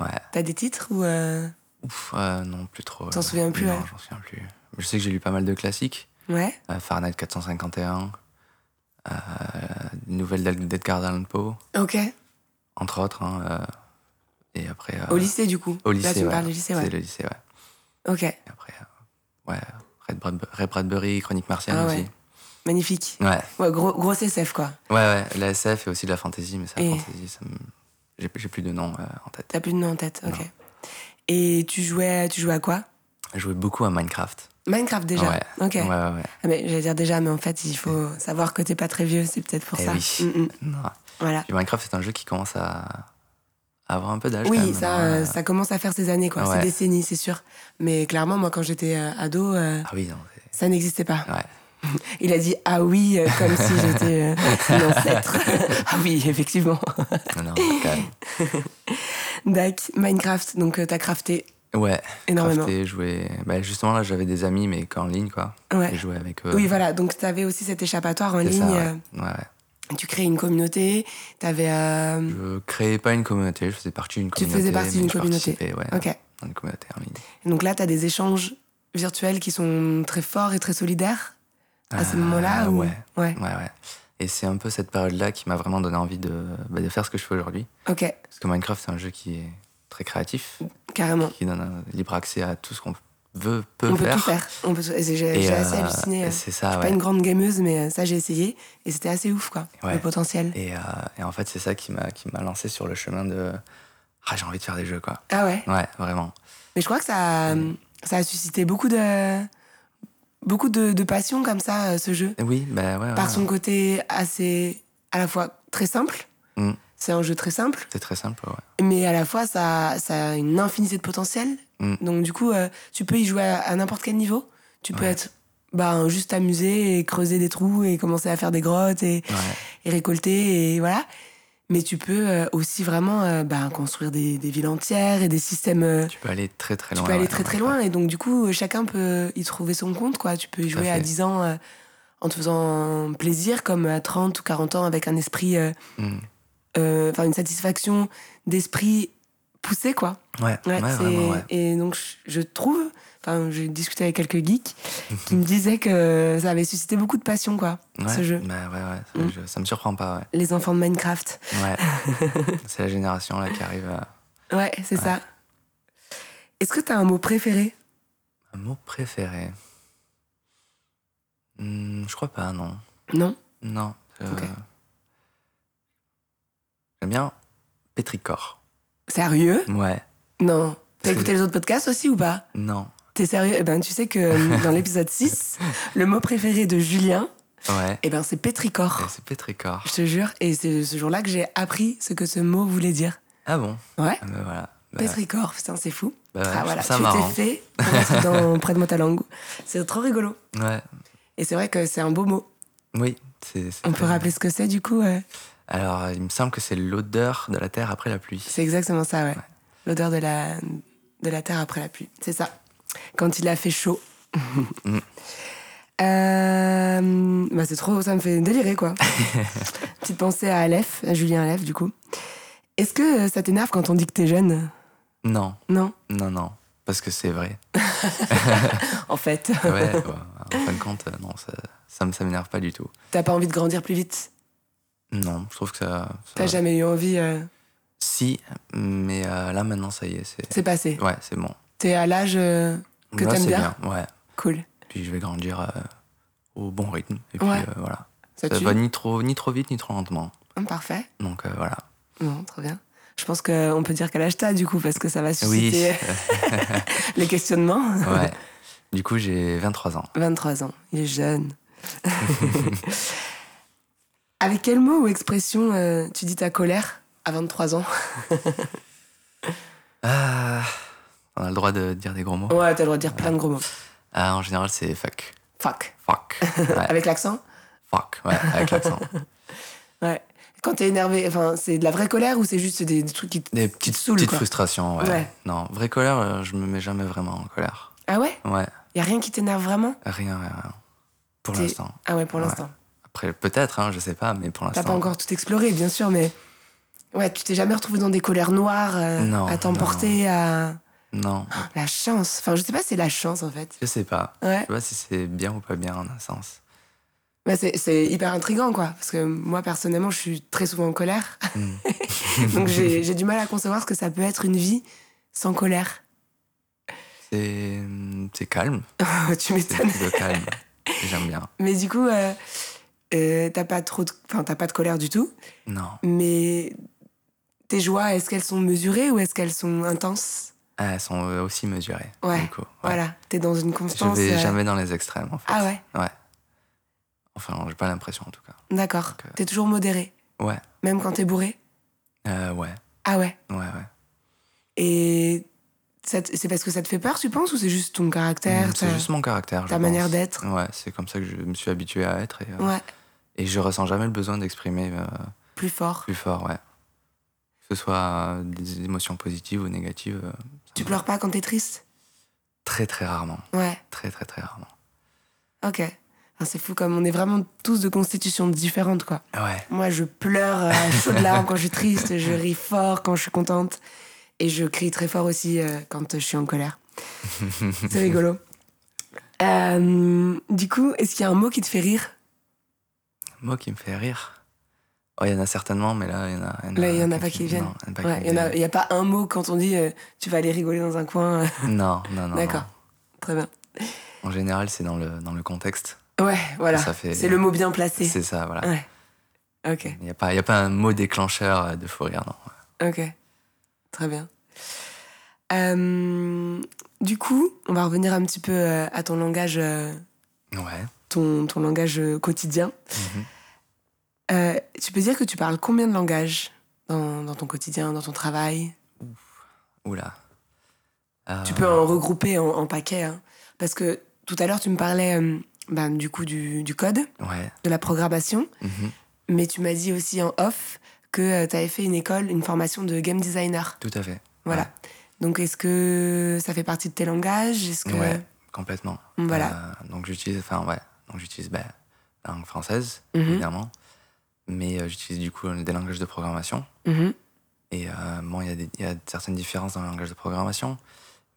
Ouais.
T'as des titres ou. euh,
Ouf, euh, non, plus trop.
T'en
euh,
souviens plus,
Non,
ouais.
j'en souviens plus. Je sais que j'ai lu pas mal de classiques.
Ouais.
Euh, Fahrenheit 451, euh, une nouvelle d'Al- d'Edgar Allan Poe,
Ok.
entre autres. hein, euh, et après. euh,
Au lycée, du coup.
Au lycée,
Là, tu me
ouais.
parles du lycée,
C'est
ouais.
le lycée, ouais.
Ok.
Et après, euh, ouais, Red Bradbu- Ray Bradbury, Chronique martienne
Ah
aussi.
Magnifique.
Ouais.
Ouais, gros, gros SF, quoi.
ouais, ouais, la SF et aussi de la fantasy, mais ça, la
Et-
fantasy, ça me- j'ai j'ai plus de nom euh, en tête.
T'as plus de nom en tête. Ok.
Non.
Et tu jouais, tu jouais à quoi
Je jouais beaucoup à Minecraft.
Minecraft déjà.
Ouais.
Ok.
Ouais, ouais, ouais.
Ah, mais j'allais dire déjà, mais en fait, il faut savoir que t'es pas très vieux, c'est peut-être pour
Eh
ça.
oui.
Mm, mm.
Non.
Voilà.
Puis Minecraft, c'est un jeu qui commence à, à avoir un peu d'âge. quand
Oui,
même,
ça,
hein.
euh, ça commence à faire ses années, quoi.
Ouais.
Ses décennies, c'est sûr. Mais clairement, moi, quand j'étais euh, ado, euh,
Ah oui, non, c'est-
ça n'existait pas.
Ouais.
Il a dit ah oui, euh, comme si j'étais euh,
[LAUGHS]
mon ancêtre. ah oui, effectivement.
Non, non, quand même.
[LAUGHS] Dac, Minecraft, donc euh, t'as crafté
Ouais,
énormément.
crafter, jouer. Bah, justement, là, j'avais des amis, mais qu'en ligne, quoi.
Ouais.
Et jouer avec eux.
Oui, voilà. Donc t'avais aussi cet échappatoire en
euh, C'est
ligne.
ça, ouais.
euh,
Ouais, ouais.
tu créais une communauté. T'avais. euh,
Je créais pas une communauté, je faisais partie d'une
Tu
communauté.
faisais partie
mais
d'une
je
communauté.
participais, ouais,
Ok.
dans une communauté en ligne.
Donc là, t'as des échanges virtuels qui sont très forts et très solidaires à ce
Euh,
moment-là. ou-
ouais.
Ouais.
Ouais, ouais. Et c'est un peu cette période-là qui m'a vraiment donné envie de, bah, de faire ce que je fais aujourd'hui.
Ok.
Parce que Minecraft, c'est un jeu qui est très créatif,
Carrément.
qui donne un libre accès à tout ce qu'on veut, peut
On peut
faire.
tout faire. On peut tout- et J'ai j'ai
euh,
assez halluciné.
et
euh,
C'est ça,
Pas
ouais.
une grande gameuse, mais euh, ça j'ai essayé et c'était assez ouf quoi,
Ouais.
le potentiel.
Et, euh, et en fait, c'est ça qui m'a qui m'a lancé sur le chemin de. Ah, j'ai envie de faire des jeux, quoi.
Ah ouais.
Ouais, vraiment.
Mais je crois que ça,
Mm.
a- ça a suscité beaucoup de beaucoup de, de passion comme ça, euh, ce jeu,
Et Oui, bah ouais.
par
ouais,
son côté assez à la fois très simple.
Mm.
C'est un jeu très simple,
C'est très simple, ouais.
mais à la fois ça, ça a une infinité de potentiel.
Mm.
Donc du coup, euh, tu peux y jouer à, à n'importe quel niveau. Tu peux
Ouais.
être ben, juste amuser et creuser des trous et commencer à faire des grottes et,
Ouais.
et récolter et voilà. Mais tu peux euh, aussi vraiment euh, ben, construire des, des villes entières et des systèmes. euh,
Tu peux aller très très loin.
tu peux aller
ouais,
très très
ouais.
loin et donc du coup euh, chacun peut y trouver son compte quoi. Tu peux y
Tout à
jouer à,
fait.
10 ans euh, en te faisant plaisir comme à 30 ou 40 ans avec un esprit, euh,
Mm.
euh, enfin une satisfaction d'esprit poussé quoi.
Ouais,
Ouais,
ouais,
c'est-
vraiment, ouais.
Et donc je- je trouve, enfin j'ai discuté avec quelques
[LAUGHS]
geeks qui me disaient que ça avait suscité beaucoup de passion quoi,
Ouais,
ce jeu.
bah ouais, ouais, ce
Mm.
jeu, Ça me surprend pas, ouais.
Les enfants de Minecraft. [LAUGHS]
Ouais. c'est la génération là qui arrive à
Ouais, c'est ça. Est-ce que t'as un mot préféré
un mot préféré. Hmm, je crois pas, non.
Non
Non. euh,
Ok.
J'aime bien Pétricor.
Sérieux
Ouais.
Non. T'as
C'est-
écouté les autres podcasts aussi ou pas
Non.
T'es sérieux Eh ben, tu sais que euh, dans l'épisode [LAUGHS] 6, le mot préféré de Julien,
Ouais.
eh ben, c'est
Et
pétricore.
C'est Pétricor.
Je te jure. Et c'est ce jour-là que j'ai appris ce que ce mot voulait dire.
Ah bon
Ouais.
Ah bah voilà. Bah,
Pétricore, putain, c'est fou.
bah ouais, je
ah
trouve
voilà,
ça
tu
marrant.
t'es fait pour être dans près de moi ta langue. C'est trop rigolo.
Ouais.
Et c'est vrai que c'est un beau mot.
Oui. c'est- c'est-
On peut rappeler ce que c'est du coup. euh,
Alors, il me semble que c'est l'odeur de la terre après la pluie.
c'est exactement ça, ouais. L'odeur de la, de la terre après la pluie. C'est ça. Quand il a fait chaud.
Mm.
Euh, bah c'est trop, ça me fait délirer quoi. Petite pensée à Aleph, à Julien Aleph du coup. Est-ce que euh, ça t'énerve quand on dit que t'es jeune
Non,
Non,
non, non. Parce que c'est vrai. Ah
en fait. [LAUGHS]
Ouais, ouais, en fin de compte, euh, non, ça, ça, me- ça m'énerve pas du tout.
T'as pas envie de grandir plus vite
Non, je trouve que ça. ça-
T'as jamais eu envie euh,
Si, mais euh, là maintenant, ça y est, c'est.
C'est passé.
Ouais, c'est bon.
T'es à l'âge euh, Que
là,
t'aimes
c'est
bien.
Ouais.
cool.
Puis je vais grandir euh, au bon rythme. Et puis
Ouais.
euh, voilà.
Ça,
ça
tue.
va ni trop, ni trop vite, ni trop lentement.
Hum, Parfait.
Donc euh, voilà.
Bon, trop bien. Je pense qu'on peut dire qu'à l'âge t'as du coup parce que ça va
Oui.
susciter
Euh,
[LAUGHS] les questionnements.
ouais. Du coup, j'ai 23 ans.
23 ans, il est jeune.
[LAUGHS]
Avec quel mot ou expression euh, tu dis ta colère à 23 ans
Ah, on a le droit de dire des gros mots.
Ouais, t'as le droit de dire plein de gros mots.
Ah, en général, c'est fuck.
Fuck.
Fuck.
[LAUGHS]
Ouais,
Avec l'accent
fuck. Ouais, avec l'accent.
Ouais. Quand t'es énervé, enfin, c'est de la vraie colère ou c'est juste des, des trucs qui te
Des
qui te
petites,
saoulent
petites
quoi
frustrations, ouais.
Ouais.
Non, vraie colère, euh, je me mets jamais vraiment en colère.
Ah ouais
Ouais,
Y a rien qui t'énerve vraiment
rien, rien, rien. Pour
T'es-
l'instant.
Ah ouais, pour
Ouais.
l'instant.
Après, peut-être, hein, je sais pas, mais pour l'instant.
T'as pas encore tout exploré, bien sûr, mais. Ouais, tu t'es jamais retrouvé dans des colères noires euh,
Non,
à t'emporter, à.
Non,
La chance. Enfin, je sais pas, c'est la chance en fait.
je sais pas.
Ouais.
Je sais pas si c'est bien ou pas bien en un sens.
Bah, c'est, c'est hyper intriguant, quoi. Parce que moi, personnellement, je suis très souvent en colère.
Mm.
[LAUGHS] Donc,
[LAUGHS]
j'ai, j'ai du mal à concevoir ce que ça peut être une vie sans colère.
C'est
[LAUGHS]
c'est calme.
tu
C'est
m'étonnes.
plutôt calme. J'aime bien.
[LAUGHS] Mais du coup, euh, euh, t'as, pas trop de... enfin, t'as pas de colère du tout.
Non.
Mais tes joies, est-ce qu'elles sont mesurées ou est-ce qu'elles sont intenses
Ah, elles sont euh, aussi mesurées.
Ouais,
Du coup, ouais.
Voilà, t'es dans une
Je
constance.
vais
euh,
jamais dans les extrêmes, en fait.
Ah ouais,
Ouais. Enfin, j'ai pas l'impression, en tout cas.
d'accord.
Donc, euh,
T'es toujours modéré,
Ouais.
même quand t'es bourré.
Euh, ouais.
Ah ouais.
Ouais, ouais.
Et ça te- c'est parce que ça te fait peur, tu penses, ou c'est juste ton caractère
Mm, C'est
ta-
juste mon caractère. je
euh, ta manière
pense.
d'être.
Ouais, c'est comme ça que je me suis habitué à être et, euh,
Ouais,
et je ressens jamais le besoin d'exprimer euh,
plus fort.
plus fort, ouais. Que ce soit euh, des émotions positives ou négatives. euh, ça
Tu
me-
pleures pas quand t'es triste
Très, très rarement.
Ouais,
Très, très, très rarement.
ok. Enfin, c'est fou comme on est vraiment tous de constitutions différentes, quoi.
Ouais.
Moi, je pleure euh, à chaud de larmes quand je suis triste, je ris fort quand je suis contente, et je crie très fort aussi euh, quand je suis en
[LAUGHS]
colère. c'est rigolo. Euh, du coup, est-ce qu'il y a un mot qui te fait rire
Un mot qui me fait rire. Oh, il y en a certainement, mais là, il y en a.
Là, il y en a pas qui viennent.
Non, il y en a pas
Ouais,
qui
il n'y
viennent.
a, pas un mot quand on dit euh, tu vas aller rigoler dans un coin. euh, [LAUGHS]
Non, non, non.
D'accord. Très bien.
non. En général, c'est dans le, dans le contexte.
Ouais, voilà.
Ça fait-
C'est le mot bien placé.
C'est ça, voilà.
Ouais. Ok.
Il n'y a, pas- il y a pas un mot déclencheur euh, de fou rire, non.
Ok, très bien. Euh, du coup, on va revenir un petit peu euh, à ton langage, euh,
Ouais.
ton, ton langage euh, quotidien.
Mhm.
Euh, tu peux dire que tu parles combien de langages dans, dans ton quotidien, dans ton travail
Oula. Euh,
Tu peux en regrouper en, en paquets, hein. parce que tout à l'heure tu me parlais euh, ben, du coup du, du code,
Ouais.
de la programmation.
Mhm.
Mais tu m'as dit aussi en off que euh, tu avais fait une école, une formation de game designer.
Tout à fait.
Voilà. Donc est-ce que ça fait partie de tes langages Est-ce que
Ouais, complètement.
voilà,
Euh, donc j'utilise, enfin ouais, donc j'utilise ben, la langue française,
Mhm.
évidemment, mais euh, j'utilise du coup des langages de programmation.
Mhm.
Et euh, bon, il y, a des- il y a certaines différences dans le langage de programmation,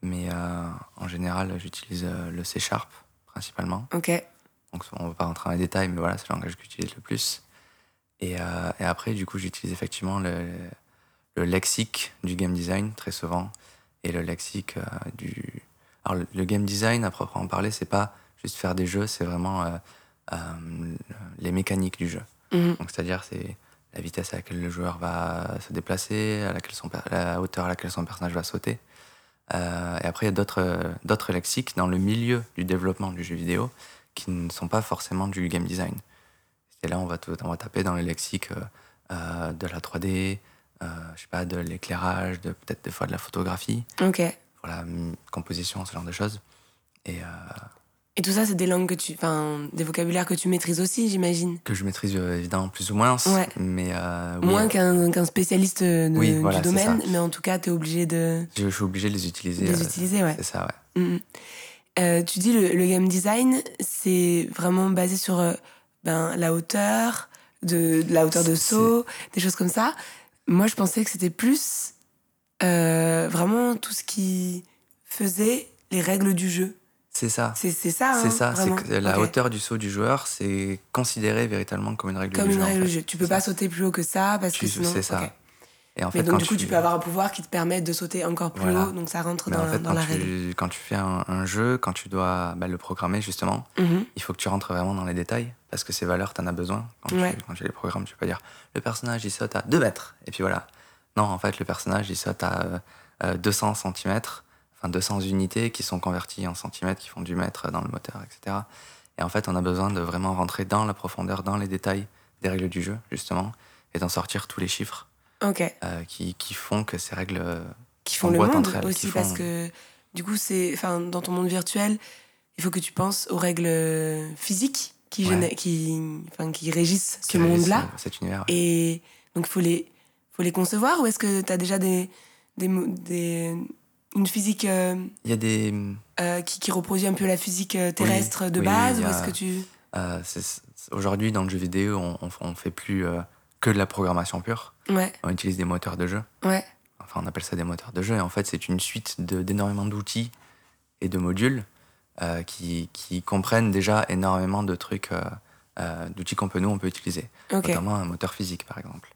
mais euh, en général, j'utilise euh, le C Sharp principalement.
ok.
Donc on ne va pas rentrer dans les détails, mais voilà, c'est le langage que j'utilise le plus. Et, euh, et après, du coup, j'utilise effectivement le, le lexique du game design très souvent et le lexique euh, du. Alors, le, le game design, à proprement parler, c'est pas juste faire des jeux, c'est vraiment euh, euh, les mécaniques du jeu.
Mhm.
Donc, c'est-à-dire, c'est la vitesse à laquelle le joueur va se déplacer, à laquelle son per- la hauteur à laquelle son personnage va sauter. Euh, et après, il y a d'autres, euh, d'autres lexiques dans le milieu du développement du jeu vidéo qui ne sont pas forcément du game design. Et là, on va, tout- on va taper dans le lexique euh, euh, de la 3D, euh, je sais pas, de l'éclairage, de, peut-être des fois de la photographie,
Ok.
pour la mm, composition, ce genre de choses. Et euh,
Et tout ça, c'est des langues que tu. Enfin, des vocabulaires que tu maîtrises aussi, j'imagine.
que je maîtrise euh, évidemment plus ou moins,
Ouais.
mais euh, oui,
Moins qu'un qu'un spécialiste euh, de-
Oui, voilà,
du
c'est
domaine,
ça.
mais en tout cas, tu es obligé de
je, je suis obligé de les
de
utiliser.
les
euh,
utiliser, ouais.
C'est ça, ouais.
Mhm. Euh, tu dis le, le game design, c'est vraiment basé sur euh, ben, la hauteur, de, de la hauteur de
C'est-
saut, des choses comme ça. Moi, je pensais que c'était plus euh, vraiment tout ce qui faisait les règles du jeu.
C'est ça.
C'est c'est ça, hein,
C'est ça, c'est
vraiment
que la
Ok.
hauteur du saut du joueur, c'est considéré véritablement comme une règle
Comme
du
une
jeu. en
règle
fait.
du jeu. Tu peux
C'est
pas
ça.
sauter plus haut que ça, parce que
Tu-
sinon...
c'est ça.
ok.
Et en
Mais
fait,
donc,
quand
du coup, tu... peux avoir un pouvoir qui te permet de sauter encore plus
Voilà.
haut, donc ça rentre
Mais
dans,
en
la-
fait,
dans
quand,
la règle.
tu, quand tu fais un, un jeu, quand tu dois bah, le programmer justement,
Mhm.
il faut que tu rentres vraiment dans les détails parce que ces valeurs, t'en as besoin. Quand,
Ouais.
tu, quand tu les programmes, tu peux pas dire le personnage il saute à 2 mètres et puis voilà. Non, en fait, le personnage il saute à euh, euh, 200 cm, enfin 200 unités qui sont converties en centimètres, qui font du mètre dans le moteur, etc. Et en fait, on a besoin de vraiment rentrer dans la profondeur, dans les détails des règles du jeu, justement, et d'en sortir tous les chiffres
Ok.
euh, qui, qui font que ces règles. euh,
qui font
En
le
boîte
monde
entre elles,
aussi
qui
parce
font-
que du coup c'est enfin dans ton monde virtuel il faut que tu penses aux règles physiques qui
Ouais.
géné- qui enfin qui régissent ce
qui
monde
régissent,
là
euh, Cet univers.
et donc faut les faut les concevoir ou est-ce que tu as déjà des des, mo- des- une physique euh,
Il y a des. hum,
euh, qui, qui reproduit un peu la physique euh, terrestre de
oui,
base
il y
ou
a-
est-ce que tu
Euh, c'est- c'est- Aujourd'hui, dans le jeu vidéo, on, on, on fait plus euh, que de la programmation pure.
ouais
On utilise des moteurs de jeu.
ouais
Enfin, on appelle ça des moteurs de jeu. Et en fait, c'est une suite de- d'énormément d'outils et de modules euh, qui, qui comprennent déjà énormément de trucs, euh, euh, d'outils qu'on peut nous, on peut utiliser.
ok
Notamment un moteur physique, par exemple.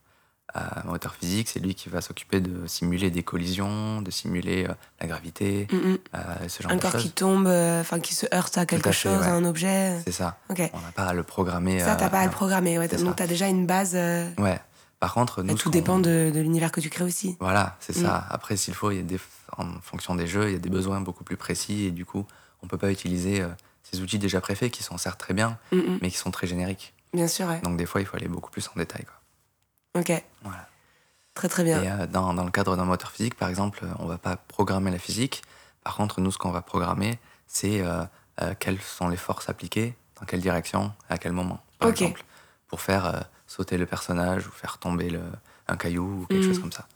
Euh, un moteur physique, c'est lui qui va s'occuper de simuler des collisions, de simuler euh, la gravité,
Mm, mm.
euh, ce genre
un
de
corps
choses.
qui tombe euh, enfin qui se heurte à quelque
à fait,
chose
ouais.
à un objet euh,
C'est ça.
ok
On n'a pas à le programmer.
ça t'as
euh,
pas à le programmer ouais
c'est
donc
ça.
t'as déjà une base euh,
Ouais. Par contre,
Mais
nous, ce
Bah, tout
qu'on-
dépend de, de l'univers que tu crées aussi.
Voilà, c'est
Mm.
ça. Après, s'il faut, il y a des, en fonction des jeux, il y a des besoins beaucoup plus précis et du coup, on peut pas utiliser euh, ces outils déjà préfaits qui sont certes très bien,
Mm, mm.
mais qui sont très génériques.
Bien sûr, ouais.
Donc des fois, il faut aller beaucoup plus en détail. quoi.
Ok.
Voilà.
Très très bien.
Et euh, dans, dans le cadre d'un moteur physique, par exemple, euh, on va pas programmer la physique. Par contre, nous, ce qu'on va programmer, c'est euh, euh, quelles sont les forces appliquées, dans quelle direction, à quel moment, par
Ok.
exemple, pour faire euh, sauter le personnage ou faire tomber le, un caillou ou quelque
Mm.
chose comme ça,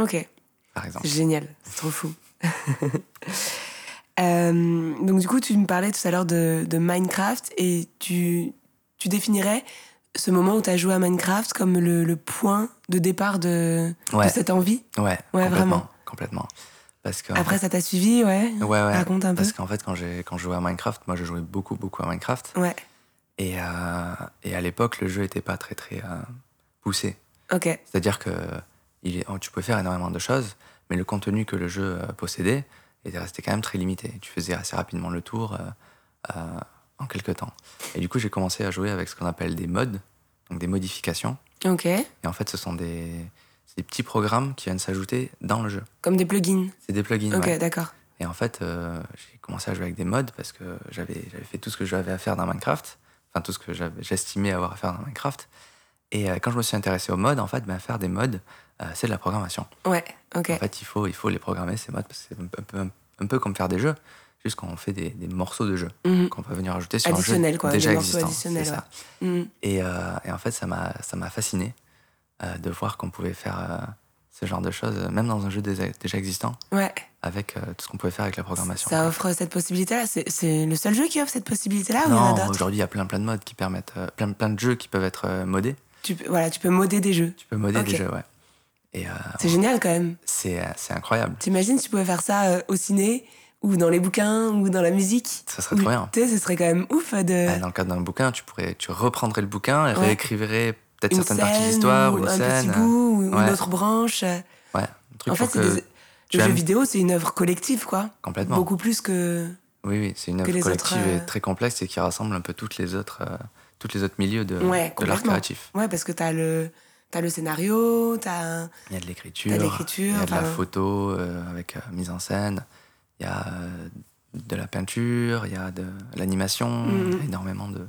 euh,
Ok.
par exemple.
C'est génial. C'est trop fou. [LAUGHS] Euh, donc du coup, tu me parlais tout à l'heure de, de Minecraft et tu, tu définirais ce moment où tu as joué à Minecraft comme le, le point de départ de, de
Ouais.
cette envie.
Ouais,
Ouais,
complètement,
vraiment.
complètement. Parce que
Après, ça t'a suivi, ouais.
ouais, ouais,
Raconte un peu.
parce qu'en fait quand j'ai quand je jouais à Minecraft, moi je jouais beaucoup beaucoup à Minecraft
Ouais.
et euh, et à l'époque le jeu était pas très très euh, poussé.
Ok.
C'est-à-dire que il est, tu pouvais faire énormément de choses, mais le contenu que le jeu euh, possédait était resté quand même très limité. Tu faisais assez rapidement le tour euh, euh, en quelques temps. Et du coup j'ai commencé à jouer avec ce qu'on appelle des mods, donc des modifications.
Ok.
Et en fait ce sont des c'est des petits programmes qui viennent s'ajouter dans le jeu.
Comme des plugins.
C'est des plugins.
Ok,
ouais.
d'accord.
Et en fait, euh, j'ai commencé à jouer avec des mods parce que j'avais j'avais fait tout ce que j'avais à faire dans Minecraft, enfin tout ce que j'avais- j'estimais avoir à faire dans Minecraft. Et euh, quand je me suis intéressé aux mods, en fait, ben, faire des mods, euh, c'est de la programmation.
Ouais. Ok.
En fait, il faut, il faut les programmer, ces mods, parce que c'est un peu, un peu- un peu comme faire des jeux. juste qu'on fait des, des morceaux de jeu
Mhm.
qu'on peut venir ajouter sur un jeu
Additionnel, quoi.
déjà
des morceaux
existant. C'est
additionnels,
ça.
ouais. Mm.
Et, euh, et en fait, ça m'a ça m'a fasciné euh, de voir qu'on pouvait faire euh, ce genre de choses, euh, même dans un jeu dé- déjà existant,
Ouais,
avec euh, tout ce qu'on pouvait faire avec la programmation.
ça offre cette possibilité-là. C'est- C'est le seul jeu qui offre cette possibilité-là ou il y en a
non,
d'autres
aujourd'hui, il y a plein, plein de modes qui permettent, euh, plein, plein de jeux qui peuvent être euh, modés.
tu, peux- Voilà, tu peux modder des jeux.
Tu peux modder
Ok.
des jeux, ouais. Et euh,
C'est génial quand même.
c'est euh, c'est incroyable.
T'imagines, tu pouvais faire ça euh, au ciné ou dans les bouquins ou dans la musique
Ça serait
Ou-
trop bien.
Tu sais, ce serait quand même ouf euh, de.
Euh, Dans le cadre d'un bouquin, tu pourrais, tu reprendrais le bouquin et
Ouais.
réécrirais peut-être
une
certaines parties
scène
de l'histoire ou une
un
scène.
petit bout ou une
ouais.
autre branche.
euh, ouais, un truc
En fait,
pour
c'est
que
des-
tu
le jeu
aimes.
vidéo, c'est une œuvre collective, quoi.
Complètement.
Beaucoup plus que.
Oui, oui, c'est une œuvre
les autres,
collective
euh,
et très complexe et qui rassemble un peu toutes les autres, euh, toutes les autres milieux de,
Ouais,
de l'art
complètement.
créatif.
Ouais, parce que t'as le. T'as le scénario, t'as
Il y a de l'écriture,
t'as l'écriture,
il y a de la
enfin,
photo euh, avec euh, mise en scène, il y a euh, de la peinture, il y a de l'animation,
Mhm.
il y a énormément de,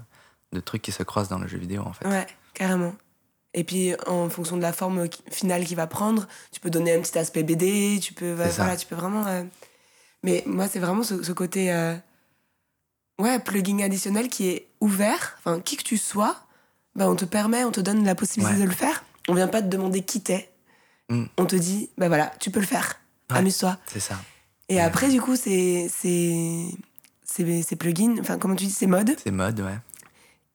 de trucs qui se croisent dans le jeu vidéo en fait.
Ouais, carrément. Et puis, en fonction de la forme qui- finale qu'il va prendre, tu peux donner un petit aspect BD, tu peux,
C'est ça.
voilà, tu peux vraiment. euh, Mais moi, c'est vraiment ce, ce côté, euh, ouais, plugin additionnel qui est ouvert. Enfin, qui que tu sois, bah, on te permet, on te donne la possibilité
Ouais.
de le faire. On vient pas te demander qui t'es.
Mm.
On te dit, bah voilà, tu peux le faire.
Ouais.
Amuse-toi.
C'est ça.
Et
Ouais.
après, du coup, c'est c'est ces ces plugins, enfin, comment tu dis, ces modes.
C'est mode, ouais.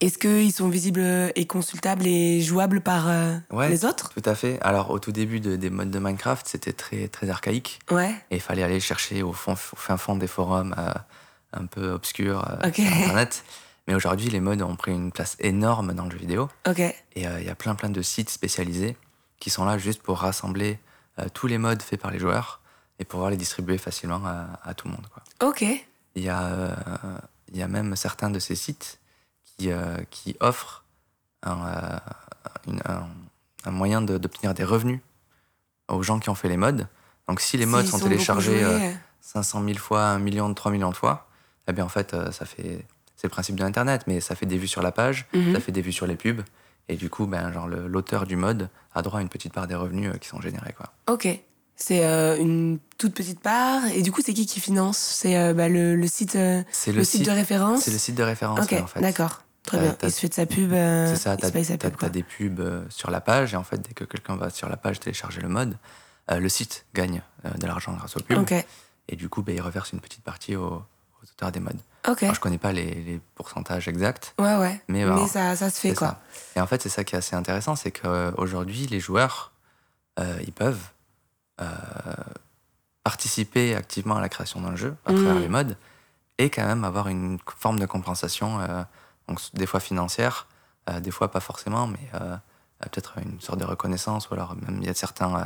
Est-ce qu'ils sont visibles et consultables et jouables par euh,
Ouais.
les autres
Tout à fait. Alors au tout début de- des modes de Minecraft, c'était très très archaïque
Ouais.
et il fallait aller chercher au fond, au fin fond des forums euh, un peu obscurs euh,
Ok.
sur Internet. Mais aujourd'hui, les modes ont pris une place énorme dans le jeu vidéo.
Ok.
Et euh, il y a plein plein de sites spécialisés qui sont là juste pour rassembler euh, tous les modes faits par les joueurs et pouvoir les distribuer facilement à, à tout le monde. quoi.
Ok.
Il y, a, euh, il y a même certains de ces sites qui, euh, qui offrent un, euh, une- un- un moyen de- d'obtenir des revenus aux gens qui ont fait les modes. Donc si les modes
S'ils
sont,
beaucoup
téléchargés euh,
joués,
500 000 fois, 1 million, 3 millions de fois, eh bien en fait, euh, ça fait c'est le principe de l'Internet, mais ça fait des vues sur la page,
euh, mhm.
ça fait des vues sur les pubs. Et du coup, ben, genre, le- l'auteur du mode a droit à une petite part des revenus euh, qui sont générés. Quoi.
Ok. C'est euh, une toute petite part. Et du coup, c'est qui qui finance C'est euh, bah, le, le site, euh,
C'est
le,
le,
site, de référence.
c'est le site de référence,
Ok.
ouais, en fait.
D'accord. Très
Euh,
bien.
t'as-
Il se fait de sa pub. euh,
[LAUGHS] C'est ça,
il se
t'as
paye sa
t'as-
pub. Quoi.
t'as des pubs euh, sur la page, et en fait, dès que quelqu'un va sur la page télécharger le mode, euh, le site gagne euh, de l'argent grâce aux pubs,
Ok.
et du coup, ben, il reverse une petite partie aux, aux auteurs des modes.
Ok.
Alors, je connais pas les, les pourcentages exacts,
Ouais, ouais.
mais,
Mais,
ben,
ça, ça se fait,
c'est
quoi.
ça. Et en fait, c'est ça qui est assez intéressant, c'est qu'aujourd'hui, les joueurs, euh, ils peuvent euh, participer activement à la création d'un jeu à
Mm.
travers les modes et quand même avoir une co- forme de compensation, euh, donc s- des fois financière, euh, des fois pas forcément, mais euh, euh, peut-être une sorte de reconnaissance, ou alors même il y a certains, euh,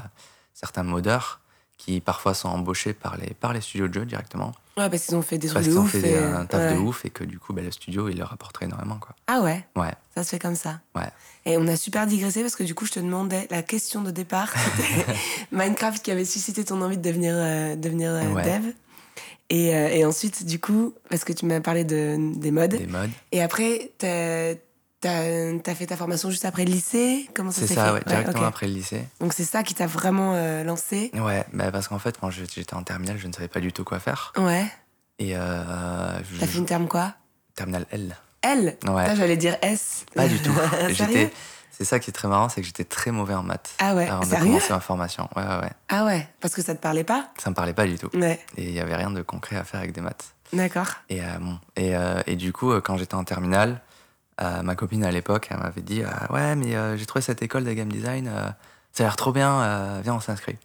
certains modeurs qui parfois sont embauchés par les, par les studios de jeu directement,
Ouais, parce qu'ils ont fait des trucs
parce
de
qu'ils ont
ouf.
fait
et,
des- un taf de
ouais.
ouf et que du coup, ben, le studio, il leur apporterait énormément. Quoi.
Ah ouais.
Ouais.
Ça se fait comme ça.
Ouais.
Et on a super digressé parce que du coup, je te demandais la question de
[LAUGHS]
départ. c'était Minecraft qui avait suscité ton envie de devenir, euh, devenir euh,
Ouais.
dev. Et, euh, et ensuite, du coup, parce que tu m'as parlé de, des modes.
Des modes.
Et après, t'as t'as- t'as fait ta formation juste après le lycée. Comment ça
C'est
s'est
ça,
fait
ouais, directement
ok.
après le lycée.
Donc c'est ça qui t'a vraiment euh, lancé.
Ouais, bah parce qu'en fait, quand je- j'étais en terminale, je ne savais pas du tout quoi faire.
Ouais.
Et euh, je-
T'as fait une terme quoi
terminale L.
L
Ouais,
Ah, J'allais dire S.
pas du tout.
[LAUGHS] Sérieux
J'étais- C'est ça qui est très marrant, c'est que j'étais très mauvais en maths.
Ah ouais,
Avant de
sérieux
commencer ma formation. Ouais, ouais, ouais.
Ah ouais, parce que ça te parlait pas
Ça me parlait pas du tout.
Ouais,
Et il y avait rien de concret à faire avec des maths.
d'accord.
Et euh, bon. Et, euh, et du coup, euh, quand j'étais en terminale, euh, ma copine à l'époque, elle m'avait dit Ah Ouais, mais euh, j'ai trouvé cette école de game design, euh, ça a l'air trop bien, euh, viens, on s'inscrit.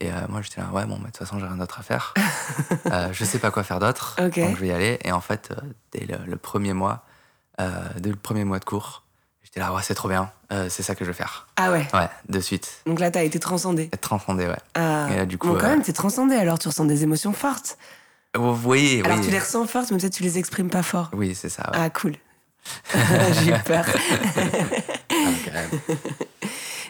Et euh, moi, j'étais là Ouais, bon, bah, de toute façon, j'ai rien d'autre à faire.
[LAUGHS]
Euh, je sais pas quoi faire d'autre,
Ok.
donc je vais y aller. Et en fait, euh, dès le, le premier mois, euh, dès le premier mois de cours, j'étais là Ouais, c'est trop bien, euh, c'est ça que je vais faire.
Ah ouais.
Ouais, de suite.
Donc là, t'as été transcendé.
Être transcendé, ouais.
Ah.
Et là, du coup,
Bon, quand
euh,
même, t'es transcendé, alors tu ressens des émotions fortes.
Vous voyez,
Alors
Oh, oui.
tu les ressens fortes, mais peut-être tu les exprimes pas fort.
Oui, c'est ça. ouais.
Ah, cool. [LAUGHS] J'ai eu peur.
Ah, quand même.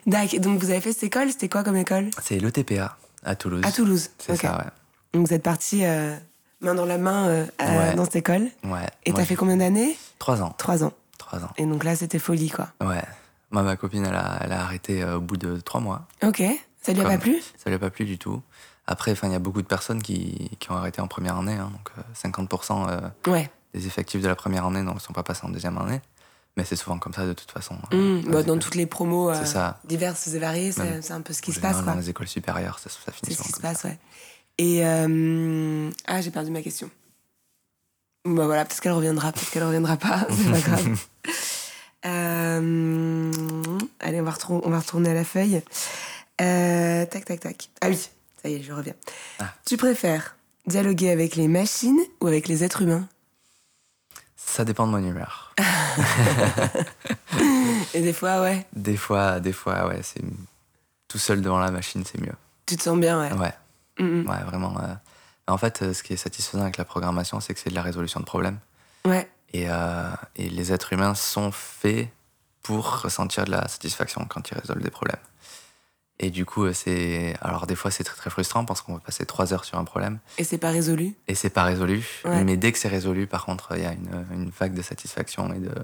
D'accord, donc vous avez fait cette école, c'était quoi comme école
C'est l'ETPA à Toulouse.
À Toulouse.
C'est
Ok.
ça, ouais.
Donc vous êtes parti euh, main dans la main euh, à-
Ouais.
dans cette école.
ouais.
Et
Moi,
t'as fait combien d'années
Trois ans.
Trois ans.
Trois ans.
Et donc là, c'était folie, quoi.
Ouais. Moi, ma copine, elle a, elle a arrêté euh, au bout de trois mois.
Ok. Ça lui a
Comme-
pas plu
Ça lui a pas plu du tout. Après, enfin, il y a beaucoup de personnes qui, qui ont arrêté en première année, hein, donc euh, 50% euh,
Ouais.
des effectifs de la première année ne sont pas passés en deuxième année. Mais c'est souvent comme ça de toute façon.
Mmh,
Ouais,
bah,
c'est-
dans toutes les promos euh,
C'est ça.
diverses et variées, c'est
Même
c'est un peu ce
En
qui se
général,
passe.
dans
quoi.
les écoles supérieures, ça, ça finit
C'est ce qui
souvent
se
comme
passe, ouais. Et. euh, Ah, j'ai perdu ma question. Bah voilà, peut-être qu'elle reviendra, peut-être qu'elle reviendra pas, [LAUGHS] c'est pas grave.
[LAUGHS]
Euh, Allez, on va, retour- on va retourner à la feuille. Euh, Tac, tac, tac. Ah oui, ça y est, je reviens.
Ah.
Tu préfères dialoguer avec les machines ou avec les êtres humains
Ça dépend de mon humeur.
Et des fois, ouais,
Des fois, des fois, ouais, c'est tout seul devant la machine, c'est mieux.
tu te sens bien, ouais.
Ouais,
Mm, mm.
ouais, vraiment. euh. En fait, euh, ce qui est satisfaisant avec la programmation, c'est que c'est de la résolution de problèmes.
ouais.
Et, euh, et les êtres humains sont faits pour ressentir de la satisfaction quand ils résolvent des problèmes. Et du coup, euh, c'est. Alors, des fois, c'est très très frustrant parce qu'on va passer trois heures sur un problème
Et c'est pas résolu
et c'est pas résolu.
Ouais.
Mais dès que c'est résolu, par contre, il y a une, une vague de satisfaction et de.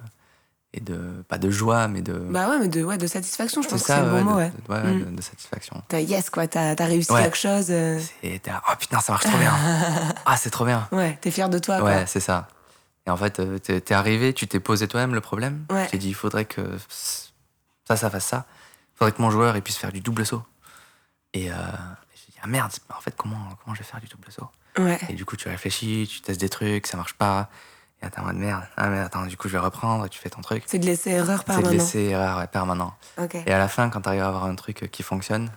Et de. Pas de joie, mais de.
Bah ouais, mais de, ouais, de satisfaction, je
c'est
pense que c'est le bon
ouais,
mot,
de-
ouais.
de- ouais,
Mm.
de- de satisfaction.
T'as yes, quoi, t'as t'as réussi
Ouais.
quelque chose. euh,
Et t'es là, oh putain, ça marche
[LAUGHS]
trop bien. Ah, c'est trop bien.
Ouais, t'es fier de toi,
Ouais, c'est ça. Et en fait, euh, t'es t'es arrivé, tu t'es posé toi-même le problème.
Ouais.
Tu t'es dit, il faudrait que ça, ça fasse ça. Il faudrait que mon joueur il puisse faire du double saut. Et euh, j'ai dit, ah merde, en fait, comment, comment je vais faire du double saut
quoi. Ouais.
Et du coup, tu réfléchis, tu testes des trucs, ça marche pas. Et attends, mode merde, ah merde, attends, du coup, je vais reprendre, et tu fais ton truc.
C'est de laisser erreur
C'est de
permanent.
laisser erreur ouais, permanent.
Ok.
Et à la fin, quand t'arrives à avoir un truc euh, qui fonctionne,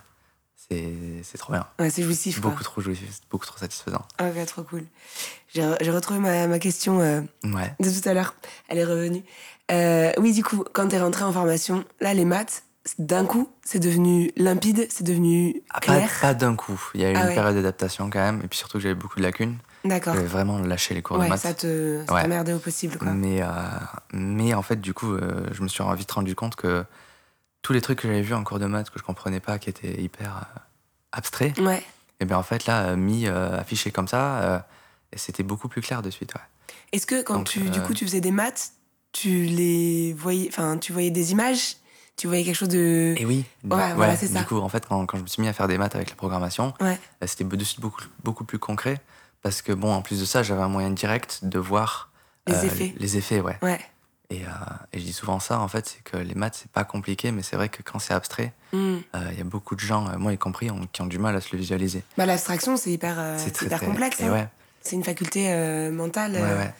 c'est c'est trop bien.
Ouais, c'est jouissif, quoi.
Beaucoup trop jouissif, beaucoup trop satisfaisant.
Ok, trop cool. J'ai re- j'ai retrouvé ma, ma question euh,
Ouais.
de tout à l'heure. Elle est revenue. Euh, oui, du coup, quand t'es rentré en formation, là, les maths, c'est- d'un coup, c'est devenu limpide, c'est devenu
Ah, pas,
clair.
pas d'un coup. Il y a eu
Ah
une
ouais.
période d'adaptation quand même, et puis surtout que j'avais beaucoup de lacunes.
D'accord.
J'avais vraiment lâché euh, les cours de
Ouais,
maths.
ça te ça
Ouais.
t'emmerdait au possible, quoi.
mais, euh, mais en fait, du coup, euh, je me suis vite rendu compte que tous les trucs que j'avais vus en cours de maths que je comprenais pas, qui étaient hyper euh, abstraits,
Ouais.
et bien en fait là, euh, mis euh, affiché comme ça, euh, et c'était beaucoup plus clair de suite. ouais.
Est-ce que quand
Donc,
tu, du
euh,
coup, tu faisais des maths, tu les voyais, enfin, tu voyais des images, tu voyais quelque chose de.
Et oui, du-
Ouais, voilà, c'est ça.
Du coup, en fait, quand, quand je me suis mis à faire des maths avec la programmation,
Ouais.
euh, c'était de suite beaucoup, beaucoup plus concret, parce que bon, en plus de ça, j'avais un moyen direct de voir euh,
Les effets.
Les effets, ouais.
Ouais.
Et, euh, et je dis souvent ça, en fait, c'est que les maths, c'est pas compliqué, mais c'est vrai que quand c'est abstrait,
Hmm.
euh, il y a beaucoup de gens, euh, moi y compris, ont- qui ont du mal à se le visualiser.
Bah, l'abstraction, c'est hyper, euh, c'est hyper complexe.
Et
hein.
ouais,
C'est une faculté euh, mentale.
ouais,
euh,
ouais.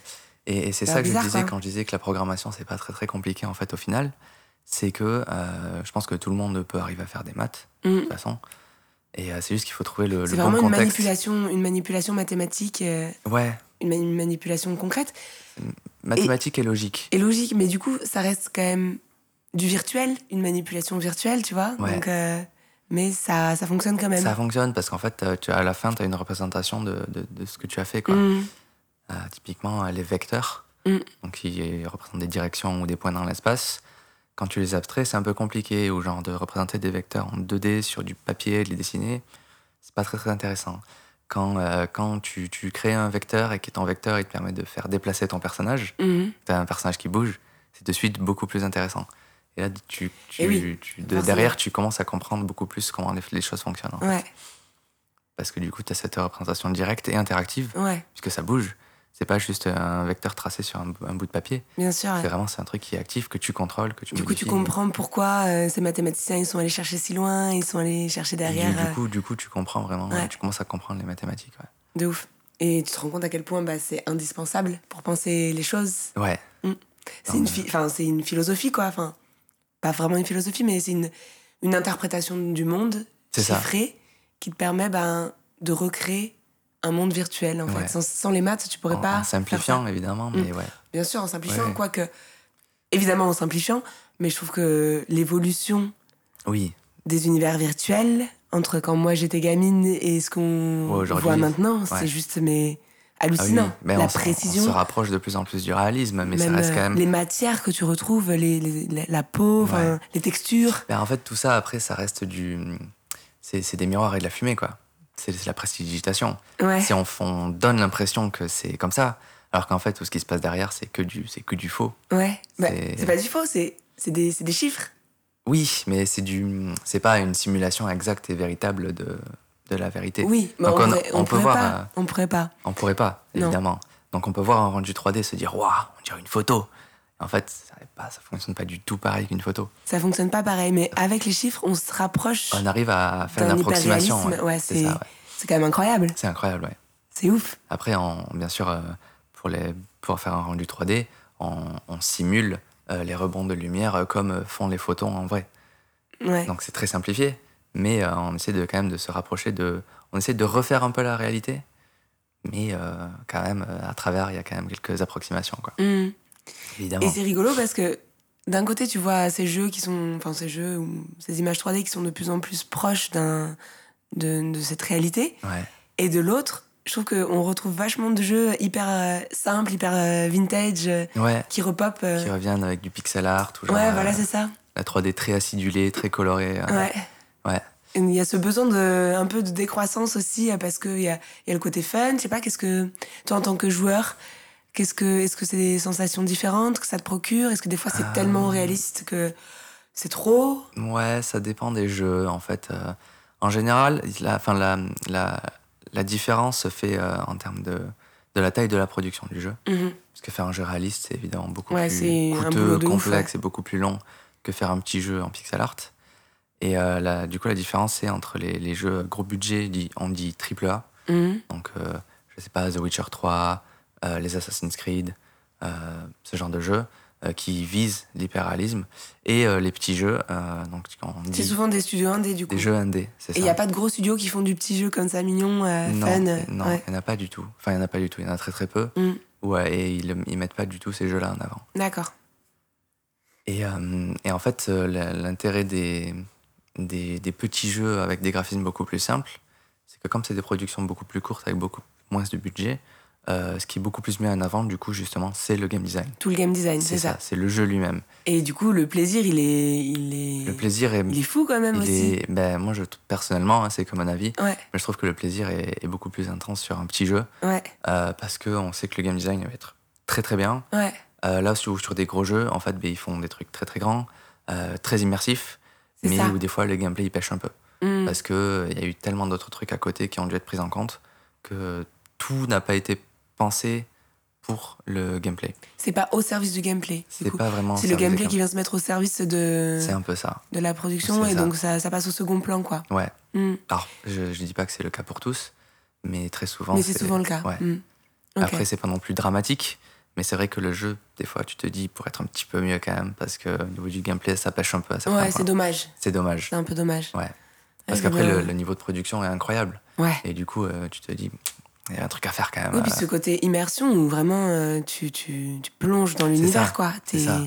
Et, et c'est
c'est
ça que
bizarre,
je disais
quoi.
quand je disais que la programmation, c'est pas très très compliqué, en fait, au final. C'est que euh, je pense que tout le monde peut arriver à faire des maths,
Mm.
de toute façon. Et euh, c'est juste qu'il faut trouver le,
C'est
le bon
vraiment une
contexte.
manipulation, une manipulation mathématique, euh,
Ouais,
une, ma- une manipulation concrète
mathématiques et, logique.
et logique. Mais du coup, ça reste quand même du virtuel, une manipulation virtuelle, tu vois.
Ouais.
Donc, euh, mais ça, ça fonctionne quand même.
Ça fonctionne parce qu'en fait, euh, tu, à la fin, tu as une représentation de, de, de ce que tu as fait, quoi.
Mm.
Euh, typiquement, euh, les vecteurs,
Mm.
donc qui représentent des directions ou des points dans l'espace. Quand tu les abstrais, c'est un peu compliqué, ou genre de représenter des vecteurs en 2D sur du papier, de les dessiner, c'est pas très très intéressant. Quand, euh, quand tu, tu crées un vecteur et que ton vecteur il te permet de faire déplacer ton personnage,
Mhm.
tu as un personnage qui bouge, c'est de suite beaucoup plus intéressant. Et là, tu, tu-
Eh oui,
tu- de-
forcément.
derrière, tu commences à comprendre beaucoup plus comment les, les choses fonctionnent. en fait.
Ouais,
Parce que du coup, tu as cette représentation directe et interactive
ouais,
puisque ça bouge. C'est pas juste un vecteur tracé sur un, un bout de papier.
bien sûr. ouais.
C'est vraiment c'est un truc qui est actif, que tu contrôles, que tu
Du coup, tu
modifies.
comprends pourquoi euh, ces mathématiciens, ils sont allés chercher si loin, ils sont allés chercher
Et du-
derrière.
Du,
euh,
coup, du coup, tu comprends vraiment,
Ouais.
tu commences à comprendre les mathématiques. Ouais,
euh, de ouf. Et tu te rends compte à quel point bah, c'est indispensable pour penser les choses.
Ouais,
C'est une, phi- enfin, c'est une philosophie, quoi. Enfin, pas vraiment une philosophie, mais c'est une, une interprétation du monde
c'est ça.
chiffrée qui te permet ben, de recréer un monde virtuel, en
Ouais.
fait. Sans, sans les maths, tu pourrais
En,
pas. Mm.
en simplifiant, évidemment, mais ouais.
faire ça. Bien sûr, en simplifiant,
Ouais.
quoique. Évidemment, en simplifiant, mais je trouve que l'évolution
Oui,
des univers virtuels entre quand moi j'étais gamine et ce qu'on
Ouais, aujourd'hui,
voit maintenant, c'est
ouais.
juste mais
Ah oui,
hallucinant.
mais
la
on, se-
précision,
on se rapproche de plus en plus du réalisme, mais ça
même,
reste
euh,
quand même.
les matières que tu retrouves, les, les- la- la peau, enfin, les textures.
Ben, en fait, tout ça, après, ça reste du. C'est c'est des miroirs et de la fumée, quoi. C'est c'est la prestidigitation.
Ouais.
Si on, on donne l'impression que c'est comme ça, alors qu'en fait, tout ce qui se passe derrière, c'est que du, c'est que du faux.
Ouais, bah,
C'est-
c'est pas du faux, c'est c'est des, c'est des chiffres.
Oui, mais c'est du, c'est pas une simulation exacte et véritable de, de la vérité.
Oui, mais
Donc
on,
on-
pourrait-
on
on
peut
pourrait
voir,
pas.
euh,
On pourrait pas.
On pourrait pas,
Non.
évidemment. Donc on peut voir un rendu 3D se dire waouh, on dirait une photo. En fait, ça ne fonctionne pas du tout pareil qu'une photo.
Ça fonctionne pas pareil, mais avec les chiffres, on se rapproche.
On arrive à faire une
D'un
approximation.
hyperréalisme, ouais,
c'est
c'est-
ça, ouais.
C'est quand même incroyable.
C'est incroyable, ouais.
C'est ouf.
Après, on- bien sûr, euh, pour, les, pour faire un rendu 3D, on, on simule euh, les rebonds de lumière euh, comme euh, font les photons en vrai.
Ouais.
Donc c'est très simplifié, mais euh, on essaie de quand même de se rapprocher de, on essaie de refaire un peu la réalité, mais euh, quand même euh, à travers il y a quand même quelques approximations quoi.
Mm.
Évidemment.
Et c'est rigolo parce que d'un côté, tu vois ces jeux qui sont, enfin ces jeux ou ces images 3D qui sont de plus en plus proches d'un de, de cette réalité,
Ouais.
et de l'autre, je trouve qu'on retrouve vachement de jeux hyper euh, simples, hyper euh, vintage, euh,
Ouais.
qui repopent. euh.
Qui reviennent avec du pixel art, ou genre,
Ouais,
euh,
voilà, c'est ça.
la 3D très acidulée, très colorée. euh,
Ouais.
ouais.
Et Il y a ce besoin de un peu de décroissance aussi euh, parce qu'il y a, il y a le côté fun. Je sais pas, qu'est-ce que toi en tant que joueur, qu'est-ce que est-ce que c'est des sensations différentes que ça te procure Est-ce que des fois c'est
Ah.
tellement réaliste que c'est trop
Ouais, ça dépend des jeux, en fait. Euh, en général, la, enfin, la, la, la différence se fait euh, en termes de, de la taille de la production du jeu.
Mhm.
Parce que faire un jeu réaliste, c'est évidemment beaucoup
Ouais, c'est
plus
un
coûteux,
boulot de ouf,
complexe et beaucoup plus long que faire un petit jeu en pixel art. Et euh, la- du coup, la différence, c'est entre les, les jeux gros budget, dit- on dit triple A,
Mhm.
donc, euh, je sais pas, The Witcher 3, euh, les Assassin's Creed, euh, ce genre de jeux euh, qui visent l'hyperréalisme et euh, les petits jeux. euh, donc, on
C'est
dit
souvent des studios indés du coup.
des jeux indés, c'est
Et
ça
il n'y a pas de gros studios qui font du petit jeu comme ça mignon, euh,
non,
fun. euh,
non,
ouais.
il n'y en a pas du tout. Enfin, il n'y en a pas du tout, il y en a très très peu.
Mm.
Ouais, et ils ne mettent pas du tout ces jeux-là en avant.
D'accord.
Et, euh, et en fait, euh, la- l'intérêt des, des, des petits jeux avec des graphismes beaucoup plus simples, c'est que comme c'est des productions beaucoup plus courtes avec beaucoup moins de budget, euh, ce qui est beaucoup plus mis en avant, du coup, justement, c'est le game design.
Tout le game design, c'est ça.
c'est le jeu lui-même.
Et du coup, le plaisir, il est, il est,
Le plaisir est.
il est fou quand même
il
aussi.
est- ben, moi, je, personnellement, hein, c'est comme mon avis,
Ouais,
mais je trouve que le plaisir est, est beaucoup plus intense sur un petit jeu
ouais,
euh, parce qu'on sait que le game design va être très très bien.
ouais.
Euh, là, sur, sur des gros jeux, en fait, ben, ils font des trucs très très grands, euh, très immersifs,
C'est
mais
ça.
où des fois le gameplay il pêche un peu.
Mm.
Parce qu'il y a eu tellement d'autres trucs à côté qui ont dû être pris en compte que tout n'a pas été pensé pour le gameplay.
C'est pas au service du gameplay. du
C'est
coup.
pas vraiment.
C'est le
service des
gameplay qui
games.
vient se mettre au service de,
C'est un peu ça.
de la production
C'est
et
ça.
donc ça, ça passe au second plan, quoi.
Ouais.
Mm.
Alors, je ne dis pas que c'est le cas pour tous, mais très souvent.
Mais c'est souvent le cas.
Ouais.
Mm. Ok.
Après, c'est pas non plus dramatique, mais c'est vrai que le jeu, des fois, tu te dis pour être un petit peu mieux quand même, parce que au niveau du gameplay, ça pêche un peu à certains
ouais, c'est
points.
dommage.
C'est dommage.
C'est un peu dommage.
Ouais. Parce
je
qu'après,
vois.
le, le niveau de production est incroyable.
Ouais.
Et du coup, euh, tu te dis, il y a un truc à faire quand même.
Oui, puis
euh,
ce côté immersion où vraiment euh, tu, tu, tu plonges dans
ça,
l'univers, quoi.
c'est
T'es-
ça.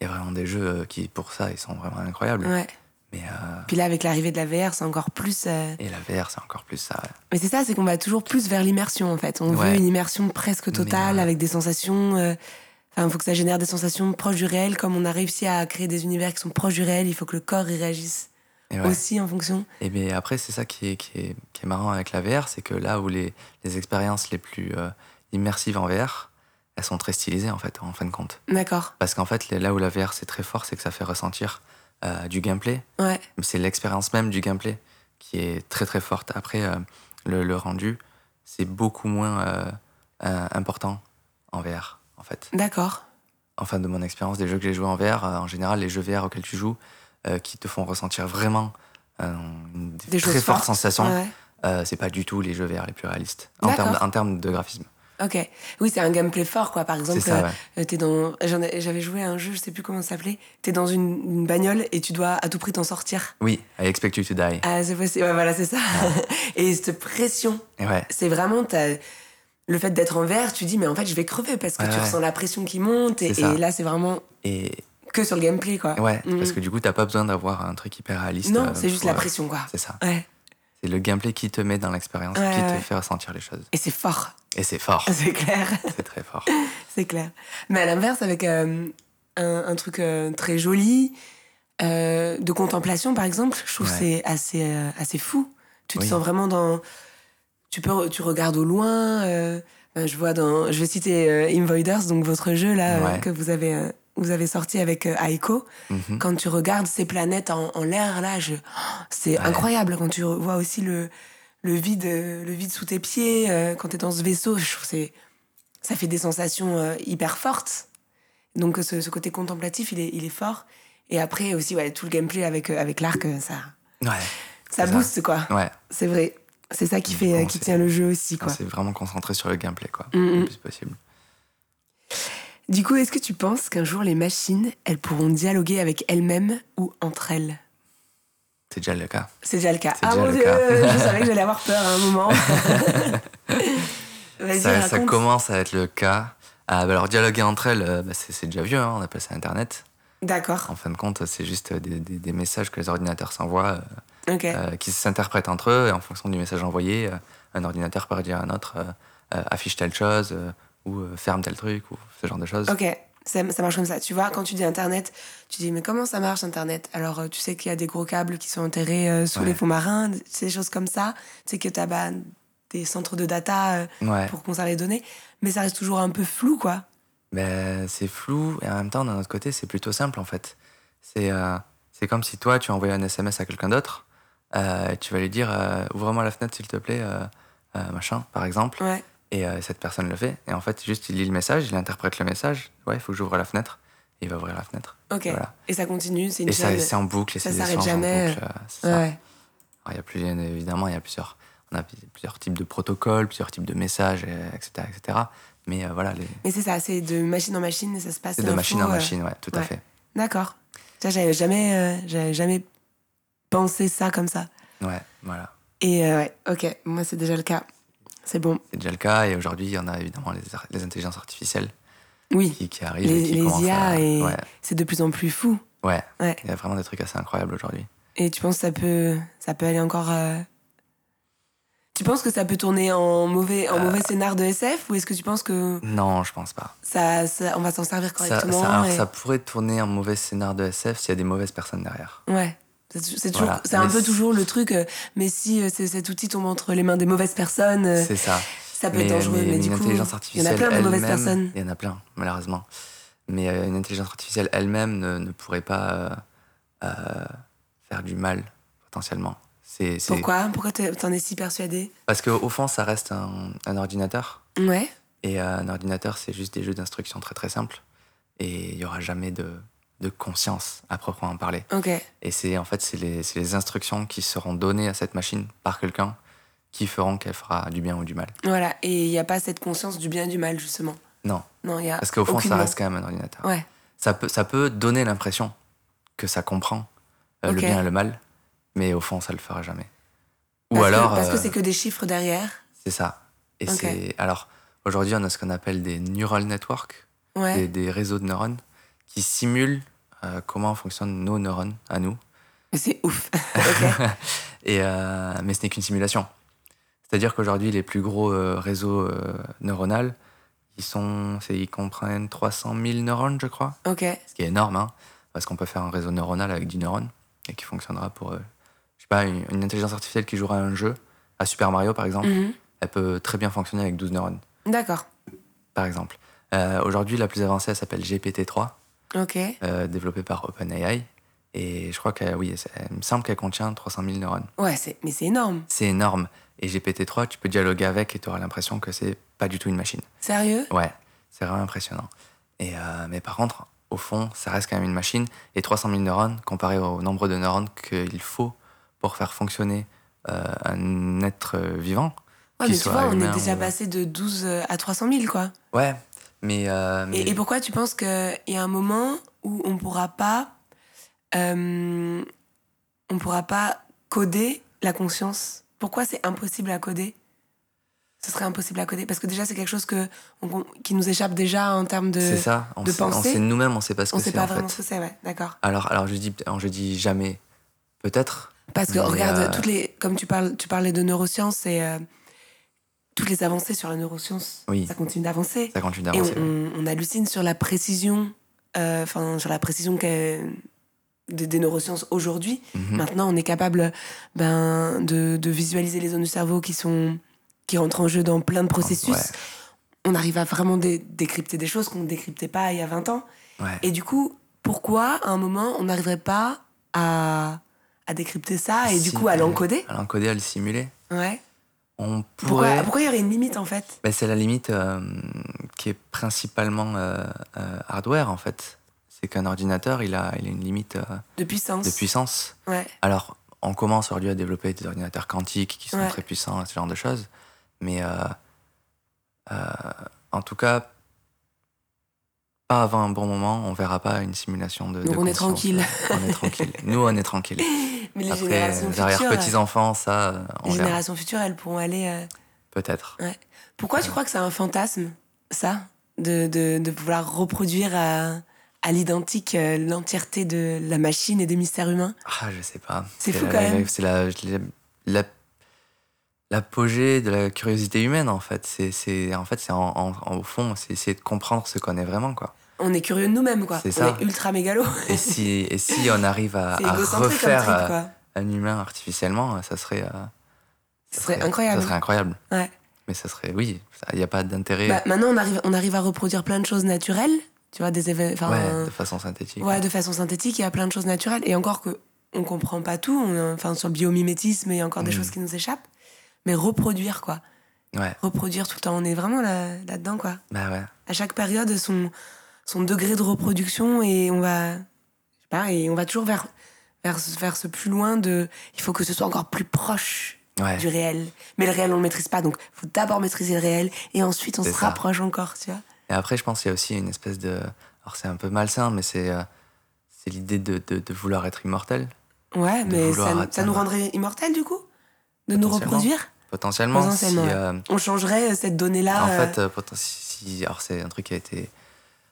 Il y a vraiment des jeux euh, qui, pour ça, ils sont vraiment incroyables.
Ouais.
Mais, euh,
Puis là, avec l'arrivée de la VR, c'est encore plus. euh,
et la VR, c'est encore plus ça. ouais.
Mais c'est ça, c'est qu'on va toujours plus vers l'immersion, en fait. On
Ouais.
veut une immersion presque totale,
Mais, euh,
avec des sensations. euh, Enfin, il faut que ça génère des sensations proches du réel. Comme on a réussi à créer des univers qui sont proches du réel, il faut que le corps y réagisse
Et, ouais.
aussi en fonction.
Et bien après, c'est ça qui est, qui, est, qui est marrant avec la VR, c'est que là où les, les expériences les plus euh, immersives en VR, elles sont très stylisées en fait, en fin de compte.
D'accord.
Parce qu'en fait, les- là où la VR c'est très fort, c'est que ça fait ressentir euh, du gameplay,
Ouais.
mais c'est l'expérience même du gameplay qui est très très forte. Après, euh, le, le rendu, c'est beaucoup moins euh, euh, important en VR, en fait.
D'accord.
Enfin, de mon expérience des jeux que j'ai joués en VR, euh, en général, les jeux VR auxquels tu joues, euh, qui te font ressentir vraiment euh, une- des,
Des
très
choses
fortes
fortes.
sensations,
Ouais.
euh, c'est pas du tout les jeux VR les plus réalistes, en
D'accord.
termes, en termes de graphisme.
Ok. Oui, c'est un gameplay fort, quoi. Par
C'est
exemple,
ça, ouais.
euh, t'es dans. j'en ai- J'avais joué à un jeu, je sais plus comment ça s'appelait. T'es dans une, une bagnole et tu dois à tout prix t'en sortir.
Oui, I Expect You to Die.
Ah, c'est possible. Ouais, voilà, c'est ça. [LAUGHS] et cette pression
Et ouais,
c'est vraiment t'as- le fait d'être en vert, tu dis mais en fait je vais crever parce que
Ouais,
tu
ouais.
ressens la pression qui monte et,
C'est ça.
et là c'est vraiment
et
que sur le gameplay quoi.
ouais,
Mhm.
parce que du coup, t'as pas besoin d'avoir un truc hyper réaliste.
non,
euh,
c'est juste
pour,
la
euh,
pression quoi.
C'est ça.
Ouais.
C'est le gameplay qui te met dans l'expérience,
Ouais,
qui
ouais.
te fait ressentir les choses.
Et c'est fort, [LAUGHS]
Et c'est fort,
c'est clair,
c'est très fort.
c'est clair. Mais à l'inverse avec euh, un, un truc euh, très joli euh, de contemplation par exemple, je trouve
Ouais.
c'est assez euh, assez fou. Tu te
Oui.
sens vraiment dans tu peux tu regardes au loin euh, euh, je vois dans je vais citer euh, Invoiders donc votre jeu là euh,
Ouais.
que vous avez euh, vous avez sorti avec euh, Aiko.
Mhm.
quand tu regardes ces planètes en, en l'air, là, je... oh, c'est
Ouais.
incroyable quand tu vois aussi le, le vide, euh, le vide sous tes pieds euh, quand t'es dans ce vaisseau. Je trouve que c'est- ça fait des sensations euh, hyper fortes. Donc ce, ce côté contemplatif, il est, il est fort. Et après aussi, ouais, tout le gameplay avec, euh, avec l'arc, euh, ça,
Ouais,
ça
C'est ça.
booste quoi.
ouais.
C'est vrai. C'est ça qui fait, euh,
Vraiment,
qui
c'est-
tient le jeu aussi
On
quoi.
s'est vraiment concentré sur le gameplay, quoi,
Mm, mm.
le plus possible.
Du coup, est-ce que tu penses qu'un jour les machines, elles pourront dialoguer avec elles-mêmes ou entre elles
C'est déjà le cas.
C'est déjà le cas.
C'est
Ah
déjà
mon
le
dieu,
cas.
je savais que
[LAUGHS]
j'allais avoir peur à un moment. Vas-y,
Ça, ça
raconte.
commence à être le cas. Ah, bah alors, dialoguer entre elles, euh, bah, c'est c'est déjà vieux, hein, on appelle ça Internet.
D'accord.
En fin de compte, c'est juste euh, des, des- des messages que les ordinateurs s'envoient, euh,
Ok.
euh, qui s'interprètent entre eux, et en fonction du message envoyé, euh, un ordinateur peut dire à un autre euh, euh, affiche telle chose, euh, ou euh, ferme tel truc, ou ce genre de choses.
Ok, ça, ça marche comme ça. Tu vois, quand tu dis Internet, tu dis mais comment ça marche Internet Alors euh, tu sais qu'il y a des gros câbles qui sont enterrés euh, sous
Ouais.
les fonds marins, tu sais, des choses comme ça. Tu sais que tu as des centres de data euh,
Ouais.
pour conserver les données, mais ça reste toujours un peu flou quoi.
Ben, c'est flou et en même temps, d'un autre côté, c'est plutôt simple en fait. C'est euh, c'est comme si toi, tu envoyais un SMS à quelqu'un d'autre, euh, et tu vas lui dire euh, ouvre-moi la fenêtre s'il te plaît, euh, euh, machin, par exemple,
Ouais,
et euh, cette personne le fait. Et en fait, juste il lit le message, il interprète le message, ouais, il faut que j'ouvre la fenêtre, et il va ouvrir la fenêtre.
ok.
Voilà.
Et ça continue, c'est une
Et ça,
chaîne.
c'est en boucle, et
ça
c'est des
s'arrête
échanges en
jamais.
boucle. euh, c'est ça.
Ouais,
Alors, il y a plus, évidemment, il y a plusieurs, on a plusieurs types de protocoles, plusieurs types de messages, euh, etc. etc. mais euh, voilà, les-
mais c'est ça, c'est de machine en machine et ça se passe
c'est de
l'info,
machine en
euh,
machine, ouais, tout à
ouais.
fait.
D'accord. Ça, j'avais jamais, euh, j'avais jamais pensé ça comme ça.
Ouais, voilà.
Et euh, ouais, ok, moi c'est déjà le cas. C'est bon.
C'est déjà le cas. Et aujourd'hui, il y en a évidemment les, ar- les intelligences artificielles
Oui.
qui, qui arrivent.
Les-
et qui
les
commencent
IA
à-
et-
Ouais,
c'est de plus en plus fou.
ouais.
Ouais.
Il y a vraiment des trucs assez incroyables aujourd'hui.
Et tu penses que ça peut, ça peut aller encore. euh, Tu penses que ça peut tourner en mauvais, en
Euh.
mauvais scénar de SF ou est-ce que tu penses que
Non, je pense pas.
ça, ça- on va s'en servir
Ça,
correctement
ça- alors,
et-
ça pourrait tourner un mauvais scénar de SF s'il y a des mauvaises personnes derrière.
Ouais. C'est tou- c'est toujours,
Voilà.
c'est un
Mais
peu
c'est-
toujours le truc. euh, mais si euh, c'est- cet outil tombe entre les mains des mauvaises personnes, euh,
C'est ça.
ça peut être dangereux. Mais,
une
du coup,
intelligence
il y en a
artificielle
plein de mauvaises
elle-même-
personnes.
Il y en a plein, malheureusement. Mais euh, une intelligence artificielle elle-même ne, ne pourrait pas euh, euh, faire du mal, potentiellement. C'est, c'est-
Pourquoi Pourquoi t'es- t'en es si persuadé
Parce qu'au fond, ça reste un- un ordinateur.
Ouais.
Et euh, un ordinateur, c'est juste des jeux d'instruction très très simples. Et il n'y aura jamais de, de conscience à proprement parler.
Ok.
Et c'est en fait, c'est les, c'est les instructions qui seront données à cette machine par quelqu'un qui feront qu'elle fera du bien ou du mal.
Voilà. Et il n'y a pas cette conscience du bien et du mal justement.
Non,
Non, il y a.
parce qu'au fond, ça
aucunement.
reste quand même un ordinateur.
Ouais.
Ça, peut, ça peut donner l'impression que ça comprend euh,
Ok.
le bien et le mal, mais au fond, ça le fera jamais. Ou
Parce que-
alors.
parce que
euh,
c'est que des chiffres derrière.
c'est ça. Et
Ok.
c'est. Alors, aujourd'hui, on a ce qu'on appelle des neural networks.
Ouais.
des, des réseaux de neurones qui simulent euh, comment fonctionnent nos neurones à nous.
Mais c'est
[LAUGHS]
ouf. Ok.
Et, euh, mais ce n'est qu'une simulation. C'est-à-dire qu'aujourd'hui, les plus gros euh, réseaux euh, neuronaux, ils, sont, c'est- ils comprennent 300 000 neurones, je crois,
Ok.
ce qui est énorme, hein, parce qu'on peut faire un réseau neuronal avec 10 neurones et qui fonctionnera pour, euh, je sais pas, une, une intelligence artificielle qui jouera à un jeu, à Super Mario par exemple,
Mhm.
elle peut très bien fonctionner avec 12 neurones,
D'accord.
par exemple. Euh, aujourd'hui, la plus avancée, elle s'appelle GPT-3.
Ok.
euh, développée par OpenAI. Et je crois que oui, ça- il me semble qu'elle contient 300 000 neurones.
Ouais, c'est... mais c'est énorme.
C'est énorme. Et GPT-3, tu peux dialoguer avec et tu auras l'impression que c'est pas du tout une machine.
Sérieux
Ouais, c'est vraiment impressionnant. Et, euh, mais par contre, au fond, ça reste quand même une machine. Et 300 000 neurones, comparé au nombre de neurones qu'il faut pour faire fonctionner euh, un être vivant.
Ouais,
qu'il
mais tu
soit
vois, on est
humain
déjà
ou- euh,
passé de 12 à 300 000, quoi.
Ouais, mais. euh, mais-
Et, et pourquoi tu penses qu'il y a un moment où on pourra pas. euh, on pourra pas coder la conscience Pourquoi c'est impossible à coder Ce serait impossible à coder Parce que déjà, c'est quelque chose que, on- qui nous échappe déjà en termes de.
c'est ça, on
de
sait, on
penser,
sait nous-mêmes, on sait pas ce
On
que
sait
c'est
pas
en
vraiment
fait.
ce que c'est, ouais, d'accord.
Alors, alors je, dis, je dis jamais, peut-être,
Parce que
Mais,
regarde,
euh,
toutes les, comme tu, parles, tu parlais de neurosciences et euh, toutes les avancées sur la neuroscience,
Oui.
ça continue d'avancer.
ça continue
Et on,
d'avancer.
on- on hallucine sur la précision, euh, enfin sur la précision qu'a- des, des neurosciences aujourd'hui.
Mhm.
Maintenant, on est capable ben, de, de visualiser les zones du cerveau qui sont qui rentrent en jeu dans plein de processus.
Ouais.
On arrive à vraiment dé- décrypter des choses qu'on ne décryptait pas il y a 20 ans.
Ouais.
Et du coup, pourquoi à un moment on n'arriverait pas à, à décrypter ça et du
Si,
coup à
euh,
l'encoder
À l'encoder, à le simuler.
Ouais.
On
Pourquoi
pourrait.
pourquoi il y aurait une limite en fait
Ben, c'est la limite euh, qui est principalement euh, euh, hardware en fait. C'est qu'un ordinateur, il a, il a une limite euh,
de puissance
de puissance.
Ouais.
Alors, on commence aujourd'hui à développer des ordinateurs quantiques qui sont
Ouais.
très puissants, ce genre de choses. Mais euh, euh, en tout cas, pas avant un bon moment, on verra pas une simulation de.
Donc
de
on est
conscience.
tranquille.
on
[LAUGHS]
est tranquille. Nous, on est tranquille.
Mais les
Après,
générations
les
futures, euh,
arrière-petits-enfants, ça, euh, on
les
verra.
générations futures, elles pourront aller. euh,
Peut-être.
Pourquoi tu crois que c'est un fantasme, ça, de, de, de vouloir reproduire à, à l'identique euh, l'entièreté de la machine et des mystères humains
Ah, je sais pas.
C'est fou
la-
quand même.
C'est la, la- la- l'apogée de la curiosité humaine, en fait. C'est, c'est, en fait, c'est en, en- en- au fond, c'est essayer de comprendre ce qu'on est vraiment, quoi.
On est curieux de nous-mêmes, quoi.
C'est
On
ça.
est ultra mégalo.
Et si, et si on arrive à,
C'est
à
égocentrique comme
refaire
trip,
euh,
quoi.
un humain artificiellement, ça serait, euh,
Ce serait incroyable.
Ça serait incroyable.
Ouais.
Mais ça serait, oui, ça- il n'y a pas d'intérêt
Bah, maintenant, on arrive, on arrive à reproduire plein de choses naturelles, tu vois, des événements.
ouais, de façon synthétique.
Ouais, de façon synthétique, il y a plein de choses naturelles. Et encore que on comprend pas tout, on- enfin sur le biomimétisme, il y a encore des
Mm.
choses qui nous échappent. Mais reproduire, quoi.
Ouais.
Reproduire tout le temps, on est vraiment là- là-dedans, quoi.
Bah ouais.
À chaque période, son, son degré de reproduction, et on va, je sais pas, et on va toujours vers, vers, ce- vers ce plus loin de. Il faut que ce soit encore plus proche
Ouais.
du réel. Mais le réel, on le maîtrise pas, donc faut d'abord maîtriser le réel, et ensuite on se
C'est ça.
rapproche encore, tu vois.
Et après, je pense qu'il y a aussi une espèce de. Alors, c'est un peu malsain, mais c'est euh, c'est l'idée de, de- de vouloir être immortel,
Ouais,
De
mais
vouloir
ça, ça
atteindre.
nous rendrait immortels, du coup De nous
Potentiellement.
reproduire
potentiellement.
Potentiellement,
si,
ouais.
euh,
On changerait euh, cette donnée-là.
en
euh,
fait, euh, poten- si- si- alors, c'est un truc qui a été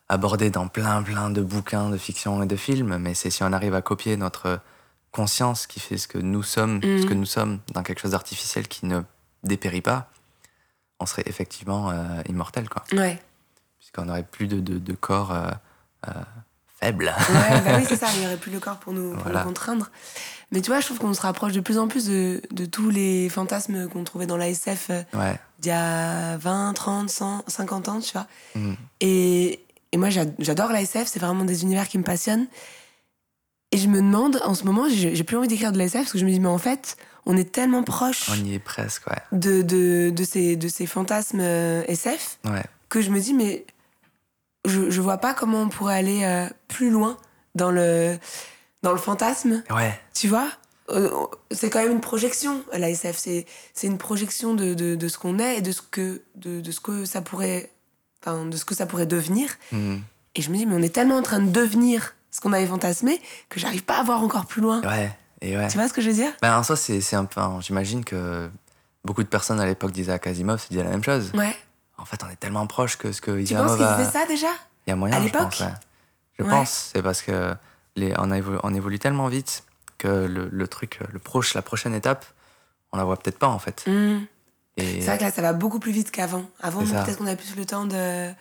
abordé dans plein, plein de bouquins, de fiction et de films, mais c'est si on arrive à copier notre conscience qui fait ce que nous sommes,
Mhm.
ce que nous sommes dans quelque chose d'artificiel qui ne dépérit pas, on serait effectivement euh, immortel, quoi.
Ouais.
Puisqu'on n'aurait plus de, de- de corps euh, euh, faible.
[LAUGHS] Ouais, bah oui, c'est ça, il n'y aurait plus le corps pour nous, pour
Voilà.
nous contraindre. Mais tu vois, je trouve qu'on se rapproche de plus en plus de, de tous les fantasmes qu'on trouvait dans la SF euh,
ouais.
d'il y a 20, 30, 100, 50 ans, tu vois.
Mhm.
Et, et moi, j'a- j'adore la SF, c'est vraiment des univers qui me passionnent. Et je me demande, en ce moment, j'ai j'ai plus envie d'écrire de la SF parce que je me dis, mais en fait, on est tellement proche
On y est presque, ouais.
de, de, de, ces, de ces fantasmes euh, SF
Ouais.
que je me dis, mais je, je vois pas comment on pourrait aller euh, plus loin dans le, dans le fantasme,
Ouais.
tu vois Euh, C'est quand même une projection, la SF, c'est c'est une projection de, de, de ce qu'on est et de ce, que, de, de ce que ça pourrait... Enfin, de ce que ça pourrait devenir.
Mhm.
Et je me dis, mais on est tellement en train de devenir ce qu'on avait fantasmé que j'arrive pas à voir encore plus loin.
Ouais. Et ouais.
Tu vois ce que je veux dire
Ben, en soi, c'est c'est un peu. hein, J'imagine que beaucoup de personnes à l'époque d'Isaac Asimov se disaient la même chose.
Ouais.
En fait, on est tellement proche que ce que
Tu
Isaac
penses qu'ils
a.
disaient ça déjà
Il y a moyen,
à
je
l'époque
pense. ouais. Je
Ouais.
pense. C'est parce que les, on, a évolu- on évolue tellement vite que le, le truc, le proche, la prochaine étape, on la voit peut-être pas en fait.
Hmm.
Et
C'est vrai que là, ça va beaucoup plus vite qu'avant. Avant,
C'est ça.
peut-être qu'on avait plus le temps de,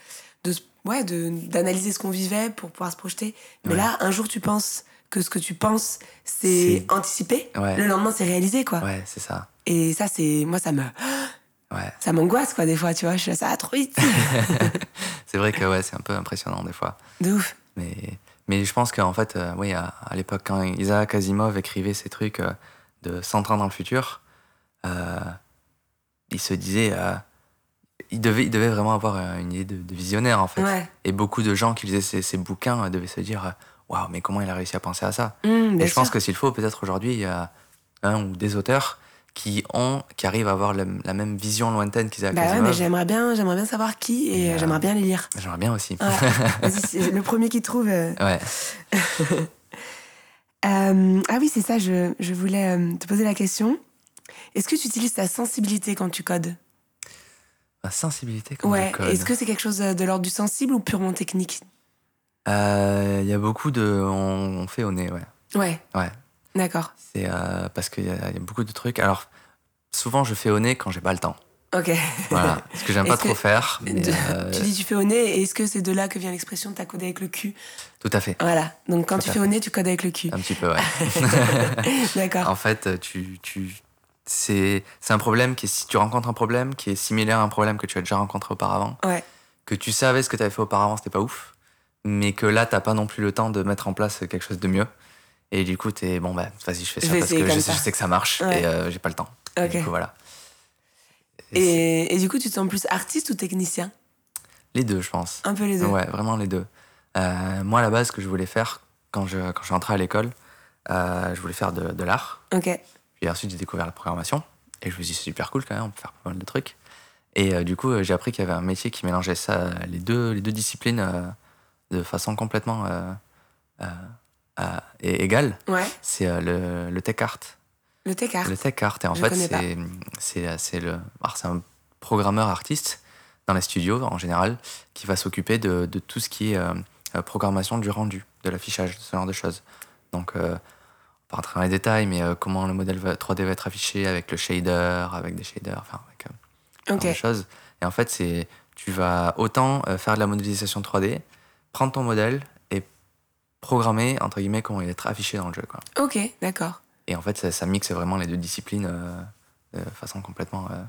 de se- ouais, de- d'analyser ce qu'on vivait pour pouvoir se projeter. Mais
Ouais.
là, un jour, tu penses que ce que tu penses, c'est
C'est-
anticipé.
Ouais.
Le lendemain, c'est réalisé, quoi.
ouais, c'est ça.
Et ça, c'est moi, ça me,
Ouais.
ça m'angoisse, quoi, des fois, tu vois. Je suis là, ça va trop
[LAUGHS]
vite.
C'est vrai que ouais, c'est un peu impressionnant des fois.
de ouf.
Mais, mais je pense qu'en fait, euh, oui, à, à l'époque, quand Isaac Asimov écrivait ces trucs euh, de 100 ans dans le futur, euh, il se disait. euh, il, devait, il devait vraiment avoir euh, une idée de, de visionnaire, en fait.
Ouais.
Et beaucoup de gens qui lisaient ces, ces bouquins euh, devaient se dire euh, Waouh, mais comment il a réussi à penser à ça
Hum, bien
Et je pense
sûr.
que s'il faut, peut-être aujourd'hui, il y a un ou des auteurs qui, ont, qui arrivent à avoir la, la même vision lointaine qu'Isaac
Bah ouais, mais
Asimov.
j'aimerais bien, j'aimerais bien savoir qui et
Et, euh,
j'aimerais bien les
[LAUGHS]
lire.
J'aimerais bien aussi.
Ouais. Vas-y, c'est le premier qui trouve. euh,
Ouais.
Euh, ah oui, c'est ça, je, je voulais euh, te poser la question. Est-ce que tu utilises ta sensibilité quand tu codes
Ma sensibilité, comme
Ouais.
je code.
Est-ce que c'est quelque chose euh, de l'ordre du sensible ou purement technique
Euh, Il y a beaucoup de. On, on fait au nez, ouais.
Ouais.
Ouais.
D'accord.
C'est euh, parce qu'il y, a il y a beaucoup de trucs. Alors, souvent, je fais au nez quand j'ai pas le temps.
Ok. [LAUGHS]
Voilà. Parce que j'aime pas
Est-ce que-
trop faire. mais,
De- [LAUGHS]
euh,
Tu dis tu fais au nez, et est-ce que c'est de là que vient l'expression t'as codé avec le cul
Tout à fait. Ah.
Voilà. Donc quand
Tout
tu
à
fais au nez, tu codes avec le cul.
Un petit peu, ouais.
D'accord.
en fait, euh, tu. tu c'est c'est un problème qui est, si tu rencontres un problème qui est similaire à un problème que tu as déjà rencontré auparavant,
Ouais.
que tu savais ce que tu avais fait auparavant, c'était pas ouf, mais que là, t'as pas non plus le temps de mettre en place quelque chose de mieux. Et du coup, t'es bon, bah, vas-y, je fais
Je
ça
vais
parce que
essayer
je
comme
sais,
ça.
je sais que ça marche
Ouais.
et euh, j'ai pas le temps. Et
Ok.
du coup, voilà.
Et, et du coup, tu te sens plus artiste ou technicien
Les deux, je pense.
Un peu les deux.
Ouais, vraiment les deux. Euh, moi, à la base, ce que je voulais faire quand je, quand je suis entré à l'école, euh, je voulais faire de, de l'art.
Ok.
Puis ensuite, j'ai découvert la programmation. Et je me suis dit, c'est super cool quand même, on peut faire pas mal de trucs. Et euh, du coup, euh, j'ai appris qu'il y avait un métier qui mélangeait ça, euh, les deux, les deux disciplines euh, de façon complètement euh, euh, euh, et- égale.
Ouais.
C'est euh, le, le tech art.
Le tech art.
Le tech art. Et en
Je
fait,
connais
c'est- c'est c'est le alors, c'est un programmeur artiste dans les studios en général qui va s'occuper de, de tout ce qui est euh, euh, programmation du rendu, de l'affichage, ce genre de choses. Donc, euh, on va rentrer dans les détails, mais euh, comment le modèle va- 3D va être affiché avec le shader, avec des shaders, enfin, avec euh,
Ok.
genre de choses. Et en fait, c'est tu vas autant euh, faire de la modélisation 3D, prendre ton modèle et programmer entre guillemets comment il va être affiché dans le jeu. Quoi.
Ok, d'accord.
Et en fait, ça, ça mixe vraiment les deux disciplines euh, de façon complètement euh,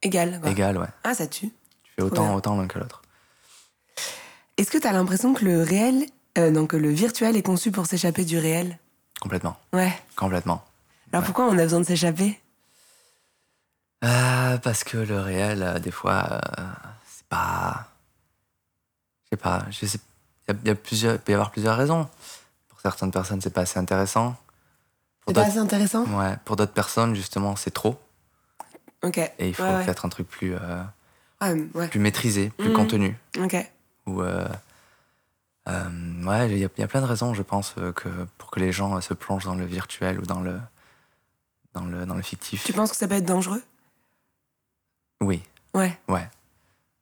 Égal. quoi.
égale. Ouais.
Ah, ça tue.
Tu fais
Trop bien.
autant, autant l'un que l'autre.
Est-ce que t'as l'impression que le réel, euh, non, que le virtuel est conçu pour s'échapper du réel
Complètement.
Ouais.
Complètement.
Alors
Ouais.
pourquoi on a besoin de s'échapper
Euh, parce que le réel, euh, des fois, euh, c'est pas. Je sais pas. Je sais. Il y a, y a plusieurs. peut y avoir plusieurs raisons. Pour certaines personnes, c'est pas assez intéressant. Pour
C'est pas
d'autres, Mm.
assez intéressant
ouais, pour d'autres personnes, justement, c'est trop.
Ok.
Et il faut
Ouais, ouais.
peut-être un truc plus, euh,
Ah, ouais.
plus maîtrisé, plus
Mhm.
contenu.
Ok.
Ou euh, euh, ouais, il y, a- il y a plein de raisons, je pense, euh, que pour que les gens euh, se plongent dans le virtuel ou dans le dans le dans le fictif.
Tu penses que ça peut être dangereux
Oui.
Ouais.
Ouais.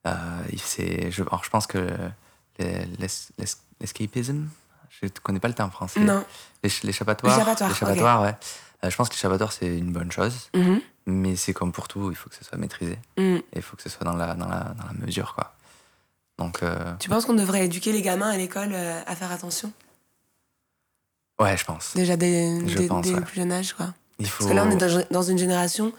Euh, il- c'est, je, alors, je pense que les- les- les- l'escapism, je ne connais pas le terme français.
Non.
L'éch- L'échappatoire.
L'échappatoire, ok.
l'échappatoire, ouais. Euh, je pense que l'échappatoire, c'est une bonne chose,
Mhm.
mais c'est comme pour tout, il faut que ce soit maîtrisé
Mm.
et il faut que ce soit dans la, dans la, dans la mesure, quoi. Donc, euh,
Tu penses qu'on devrait éduquer les gamins à l'école euh, à faire attention
ouais, je pense.
Déjà dès,
Je
dès-
pense,
dès le
ouais.
plus jeune âge, quoi.
Il faut.
Parce que là, on est dans, dans une génération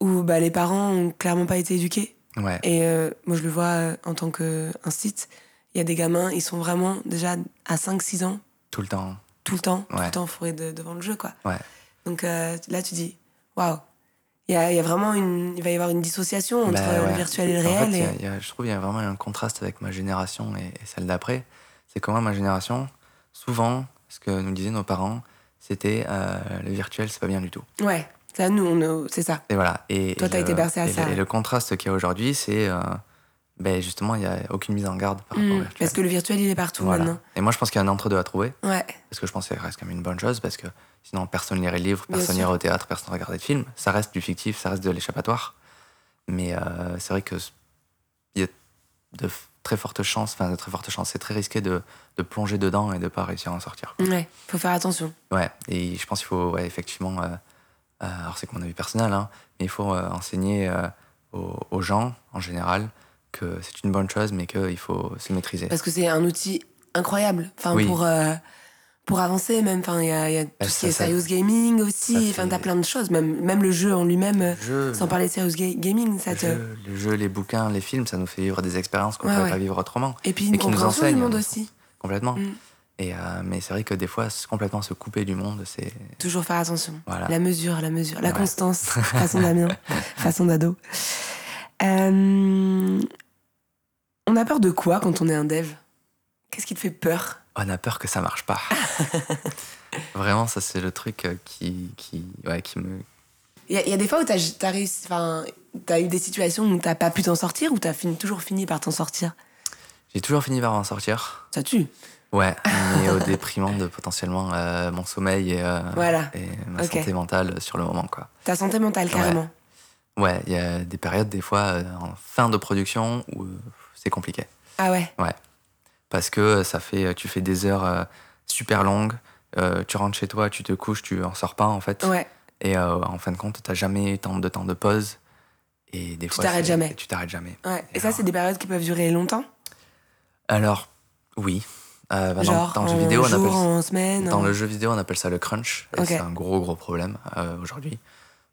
où bah, les parents ont clairement pas été éduqués.
Ouais.
Et euh, moi, je le vois euh, en tant qu'incite. Il y a des gamins, ils sont vraiment déjà à 5-6 ans,
Tout le temps.
tout le temps, tout
Ouais.
le temps fourrés de- devant le jeu, quoi.
Ouais.
Donc euh, là, tu dis, waouh, il y a, il y a vraiment une, il va y avoir une dissociation entre
Bah
euh, le
ouais.
virtuel et le
En fait,
réel.
il y a-
et-
il y a- je trouve qu'il y a vraiment un contraste avec ma génération et, et celle d'après. C'est que moi, ma génération, souvent, ce que nous disaient nos parents, c'était euh, le virtuel, c'est pas bien du tout.
Ouais, ça, nous, on, euh, c'est ça.
Et voilà. Et,
Toi,
et
t'as
le-
été bercé à
et le-
ça.
et le contraste qu'il y a aujourd'hui, c'est euh, ben, justement, il n'y a aucune mise en garde par rapport au
Mm.
virtuel.
Parce que le virtuel, il est partout
Voilà.
maintenant.
Et moi, je pense qu'il y a un entre-deux à trouver,
Ouais,
parce que je pense que ça reste quand même une bonne chose, parce que sinon, personne lirait les livres,
Bien
personne
sûr.
ira au théâtre, personne regardait de films. Ça reste du fictif, ça reste de l'échappatoire. Mais euh, c'est vrai que s- il y a de f- très fortes chances, enfin, de très fortes chances, c'est très risqué de, de plonger dedans et de pas réussir à en sortir.
ouais, faut faire attention.
Ouais, et je pense qu'il faut ouais, effectivement. euh, euh, alors, c'est que mon avis personnel, hein, mais il faut euh, enseigner euh, aux, aux gens en général que c'est une bonne chose, mais qu'il faut se maîtriser.
Parce que c'est un outil incroyable. Enfin,
Oui. Eh,
pour, euh, pour avancer, même. Enfin, il y a, il y a tout ce
ça,
qui est
ça-
serious gaming aussi.
ça
Enfin,
fait-
t'as plein de choses. Même, même le jeu en lui-même, euh,
Je-
sans parler de serious ga- gaming, ça
le,
te.
jeu, le jeu, les bouquins, les films, ça nous fait vivre des expériences qu'on ne
Ouais,
pourrait
ouais.
pas vivre autrement,
Et puis une
et qui nous
compréhension du
enseigne,
monde
hein.
aussi.
complètement.
Mm.
Et, euh, mais c'est vrai que des fois, se- complètement se couper du monde, c'est.
Toujours faire attention.
Voilà.
La mesure, la mesure, la
Ah. Ouais. [LAUGHS]
constance, façon d'Amien, façon d'ado. Euh, on a peur de quoi quand on est un dev Qu'est-ce qui te fait peur
Oh, On a peur que ça marche
[LAUGHS]
pas. Vraiment, ça, c'est le truc euh, qui, qui, ouais, qui me.
Il y, a- il y a des fois où t'as t'as réussi, enfin, t'as eu des situations où t'as pas pu t'en sortir ou t'as fini, toujours fini par t'en sortir.
J'ai toujours fini par en sortir.
Ça tue.
Ouais,
[LAUGHS]
mais au détriment de potentiellement euh, mon sommeil et, euh,
Voilà.
et ma
Ok.
santé mentale sur le moment, quoi.
Ta santé mentale,
Ouais.
carrément.
Ouais, il y a des périodes, des fois, euh, en fin de production, où euh, c'est compliqué.
Ah ouais.
parce que euh, ça fait, tu fais des heures euh, super longues, euh, tu rentres chez toi, tu te couches, tu en sors pas en fait.
Ouais.
Et euh, en fin de compte, t'as jamais tant de temps de pause. Et des
Tu
fois,
t'arrêtes
c'est-
jamais.
Tu t'arrêtes jamais.
ouais. Et
Et
ça,
alors
c'est des périodes qui peuvent durer longtemps.
Alors, oui. Euh, bah, dans-
Genre,
dans, le
en
jeu vidéo, on
jour,
appelle
en semaine.
dans
en-
le jeu vidéo, on appelle ça le crunch. et
Ok.
C'est un gros, gros problème euh, aujourd'hui.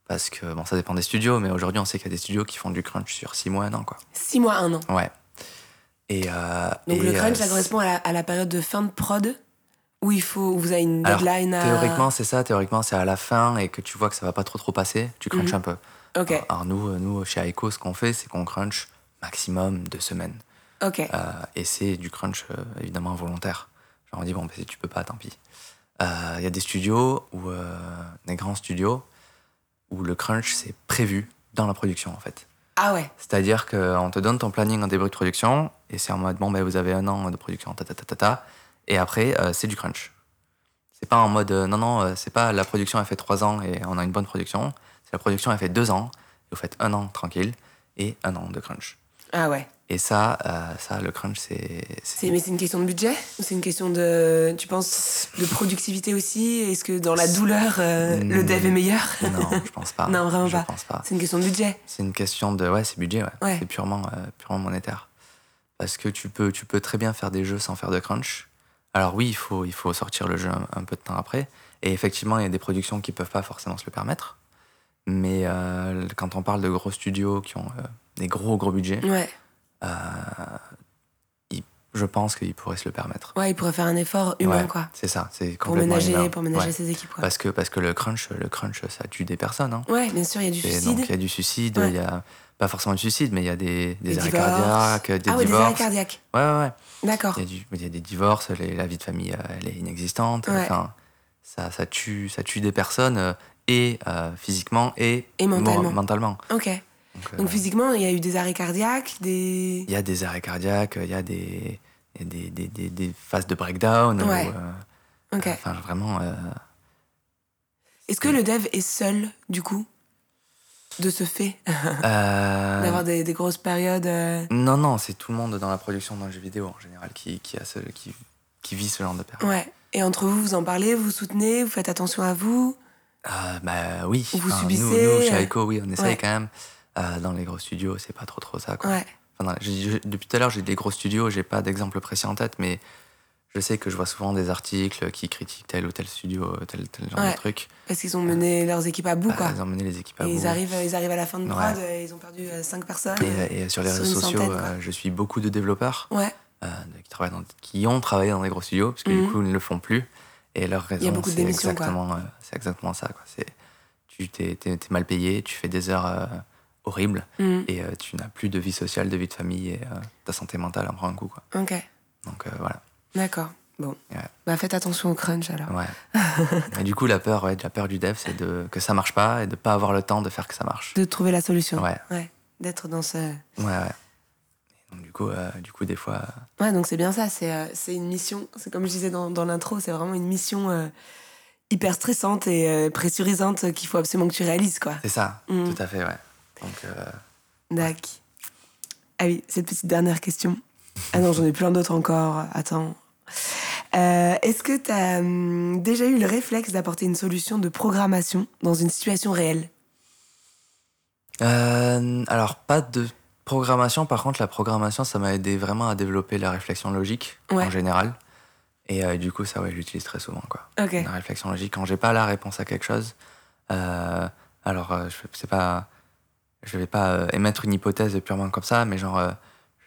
Parce que, bon, ça dépend des studios, mais aujourd'hui, on sait qu'il y a des studios qui font du crunch sur 6 mois, un an, quoi.
Six mois, un an.
Ouais. Et, euh,
Donc
et,
le crunch,
euh,
ça correspond à la, à la période de fin de prod où il faut, où vous avez une
Alors,
deadline à.
Théoriquement, c'est ça. Théoriquement, c'est à la fin et que tu vois que ça va pas trop trop passer, tu crunches
Mhm.
un peu.
Ok.
Alors, alors nous, euh, nous, chez Aiko, ce qu'on fait, c'est qu'on crunch maximum deux semaines.
Ok.
Euh, et c'est du crunch euh, évidemment involontaire. Genre on dit bon, bah, si tu peux pas, tant pis. Euh, Il y a des studios ou euh, des grands studios où le crunch c'est prévu dans la production en fait.
Ah ouais.
C'est-à-dire qu'on te donne ton planning en début de production et c'est en mode bon, bah, vous avez un an de production, ta ta ta ta ta. Et après, euh, c'est du crunch. C'est pas en mode euh, non, non, euh, c'est pas la production a fait trois ans et on a une bonne production. C'est la production a fait deux ans et vous faites un an tranquille et un an de crunch.
Ah ouais.
Et ça, euh, ça le crunch, c'est.
C'est- mais c'est une question de budget ou c'est une question de, tu penses, de productivité aussi Est-ce que dans la douleur, euh, le dev est meilleur
Non,
[LAUGHS]
je pense pas.
Non, vraiment
je
pas.
pense pas.
C'est une question de budget.
C'est une question de. Ouais, c'est budget, ouais.
Ouais.
C'est purement, euh, purement monétaire. Parce que tu peux, tu peux très bien faire des jeux sans faire de crunch. Alors oui, il faut, il faut sortir le jeu un, un peu de temps après. Et effectivement, il y a des productions qui peuvent pas forcément se le permettre. Mais euh, quand on parle de gros studios qui ont euh, des gros, gros budgets,
Ouais.
euh, ils- je pense qu'ils pourraient se le permettre.
Ouais, il pourrait faire un effort humain,
Ouais,
quoi.
C'est ça, c'est
Pour
complètement
ménager,
humain.
pour ménager
Ouais.
ses équipes, quoi.
Parce que, parce que le crunch, le crunch, ça tue des personnes. hein.
Ouais, bien sûr, il y a du
Et
suicide.
donc il y a du suicide,
Ouais.
il y a pas forcément du suicide, mais il y a des, des
Des
arrêts
divorces.
cardiaques, euh, des
ah ouais, des arrêts
divorces.
cardiaques.
Ouais, ouais, ouais.
D'accord.
Il y a, du- il y a des divorces, les- la vie de famille euh, elle est inexistante.
Ouais.
Enfin, ça, ça tue, ça tue des personnes euh, et euh, physiquement et,
Et mentalement.
mor- mentalement.
Ok.
Donc, euh,
Donc physiquement, il y a eu des arrêts cardiaques, des.
il y a des arrêts cardiaques, il y a des, il y a des, des- des- des phases de breakdown. où,
Ouais.
euh,
Ok.
Enfin, vraiment.
[LAUGHS]
euh,
Est-ce que le dev est seul, du coup De ce fait [LAUGHS]
euh,
D'avoir des, des grosses périodes. euh,
non, non, c'est tout le monde dans la production dans le jeu vidéo en général qui, qui, a ce, qui, qui vit ce genre de période.
Ouais. Et entre vous, vous en parlez, vous vous soutenez, vous faites attention à vous.
Euh, bah oui.
Ou vous
Enfin,
subissez,
Nous, nous, chez
euh,
Aiko, oui, on essaye
ouais.
quand même. Euh, dans les gros studios, c'est pas trop trop ça. Quoi.
Ouais.
Enfin, dans- j'ai- j'ai- depuis tout à l'heure, j'ai des gros studios, j'ai pas d'exemple précis en tête, mais je sais que je vois souvent des articles qui critiquent tel ou tel studio, tel, tel genre
Ouais.
de truc.
Parce qu'ils ont mené leurs équipes à bout,
Euh. Bah,
quoi.
ils ont mené les équipes à
Et
bout.
ils arrivent, ils arrivent à la fin de
Ouais.
prod, euh, ils ont perdu 5 personnes.
Et, euh, et sur les
Sur
réseaux
une
sociaux,
centaine, quoi.
euh, je suis beaucoup de développeurs
Ouais,
euh, qui, travaillent dans- qui ont travaillé dans des gros studios, parce que du
Mhm.
coup, ils ne le font plus. Et leur raison,
beaucoup de
c'est
démissions, quoi.
exactement, euh, c'est exactement ça. Quoi. C'est, tu t'es, t'es- t'es mal payé, tu fais des heures euh, horribles.
Mhm.
et euh, tu n'as plus de vie sociale, de vie de famille et euh, ta santé mentale en prend un coup. Quoi.
ok,
Donc euh, voilà.
d'accord. Bon,
Ouais.
bah faites attention au crunch alors.
Ouais. et du coup, la peur, ouais, la peur du dev, c'est de, que ça marche pas et de pas avoir le temps de faire que ça marche.
De trouver la solution.
Ouais,
D'être dans ce.
ouais, ouais. Et donc, du coup, euh, du coup, des fois, euh,
Ouais, donc c'est bien ça, c'est euh, c'est une mission. C'est comme je disais dans, dans l'intro, c'est vraiment une mission euh, hyper stressante et euh, pressurisante qu'il faut absolument que tu réalises, quoi.
c'est ça,
Mhm.
tout à fait, ouais. Donc, euh,
Dac. Ah oui, cette petite dernière question. Ah non, j'en ai plein d'autres encore. Attends. Euh, Est-ce que tu as déjà eu le réflexe d'apporter une solution de programmation dans une situation réelle
euh, alors, pas de programmation. Par contre, la programmation, ça m'a aidé vraiment à développer la réflexion logique
Ouais.
en général. Et euh, du coup, ça, ouais, j'utilise très souvent, quoi.
Ok.
la réflexion logique. Quand j'ai pas la réponse à quelque chose, euh, alors euh, je sais pas, je vais pas euh, émettre une hypothèse purement comme ça, mais genre, euh,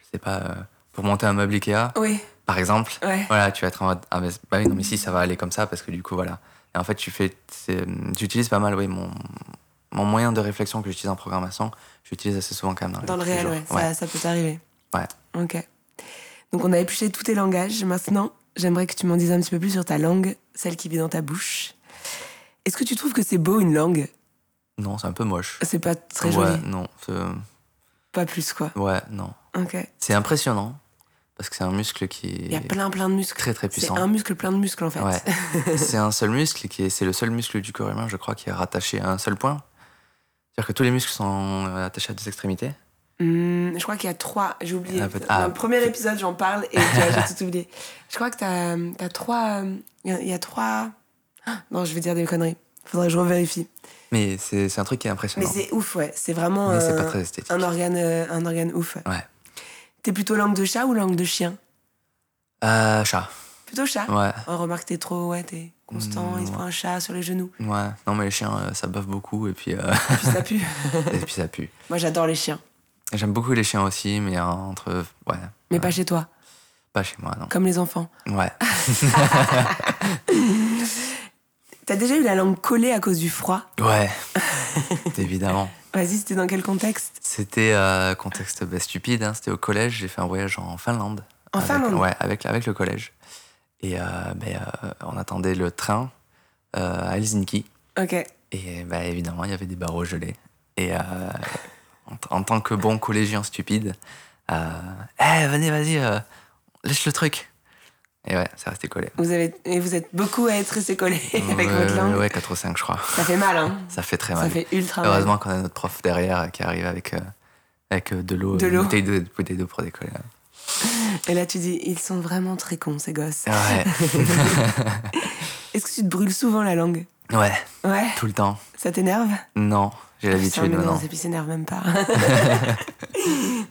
je sais pas, euh, pour monter un meuble Ikea,
Oui,
par exemple,
ouais.
voilà, tu vas être en mode, ah mais, bah oui, non mais si ça va aller comme ça parce que du coup voilà. Et en fait, tu fais, c'est- j'utilise pas mal, oui, mon mon moyen de réflexion que j'utilise en programmation, j'utilise assez souvent quand même dans, la
Dans le
vie de tous
réel,
les
ouais.
jours.
Ça, ça peut t'arriver.
Ouais.
Ok. Donc on a épluché tous tes langages. Maintenant, j'aimerais que tu m'en dises un petit peu plus sur ta langue, celle qui vit dans ta bouche. Est-ce que tu trouves que c'est beau une langue
Non, c'est un peu moche.
C'est pas très
ouais,
joli.
non, c'est-
Pas plus, quoi.
ouais, non.
Ok.
C'est impressionnant parce que c'est un muscle qui
Il y a
est
plein, plein de muscles.
très très
C'est
puissant.
un muscle plein de muscles en fait. [LAUGHS]
Ouais. c'est un seul muscle qui est, c'est le seul muscle du corps humain, je crois, qui est rattaché à un seul point. C'est-à-dire que tous les muscles sont euh, attachés à des extrémités.
Hmm, je crois qu'il y a trois. J'ai oublié.
Ah, peut-
Dans
ah.
le premier épisode, j'en parle et tu vois, j'ai tout oublié. Je crois que t'as as trois. euh, Il y a- il y, a trois. Ah, Non, je vais dire des conneries. Faudrait que je revérifie.
Mais c'est, c'est un truc qui est
Mais
impressionnant.
c'est ouf, ouais. C'est vraiment euh,
Mais c'est pas
un-
très esthétique.
un, organe, euh, un organe ouf.
Ouais.
T'es plutôt langue de chat ou langue de chien
Euh, chat.
Plutôt chat.
Ouais.
Oh, remarque, t'es trop. Ouais, t'es constant.
Hmm,
il te
ouais.
prend un chat sur les genoux.
Ouais. Non, mais les chiens, euh, ça bave beaucoup et
[LAUGHS]
puis, euh,
Et puis ça
[LAUGHS]
pue.
et puis ça pue.
Moi, j'adore les chiens.
J'aime beaucoup les chiens aussi, mais euh, entre. Ouais.
Mais pas chez toi,
Pas chez moi, non.
comme les enfants.
Ouais.
T'as déjà eu la langue collée à cause du froid [LAUGHS]
Ouais, évidemment.
Vas-y, c'était dans quel contexte
C'était euh, contexte bah, stupide, hein, c'était au collège, j'ai fait un voyage en Finlande.
En
Avec-
Finlande
Ouais, avec, avec le collège. Et euh, ben, euh, on attendait le train euh, à Helsinki.
Ok.
Et bah, évidemment, il y avait des barreaux gelés. Et euh, en, t- en tant que bon collégien stupide, euh, Eh, venez, vas-y, euh, lèche le truc. Et ouais, ça restait collé.
Vous, avez, et vous êtes beaucoup à être restés collés [LAUGHS] avec
Ouais,
votre langue.
Ouais, 4 ou 5, je crois.
Ça fait mal, hein
Ça fait très
Ça
mal.
fait ultra mal.
Heureusement qu'on a notre prof derrière euh, qui arrive avec, euh, avec euh, de l'eau,
De
une
l'eau.
bouteille d'eau- une bouteille d'eau pour décoller.
Et là, tu dis, ils sont vraiment très cons, ces gosses.
Ouais,
Est-ce que tu te brûles souvent la langue
ouais,
Ouais,
tout le temps.
ça t'énerve
Non, j'ai
Putain,
l'habitude
mais
maintenant.
non, ça s'énerve même
[LAUGHS]
pas. [LAUGHS]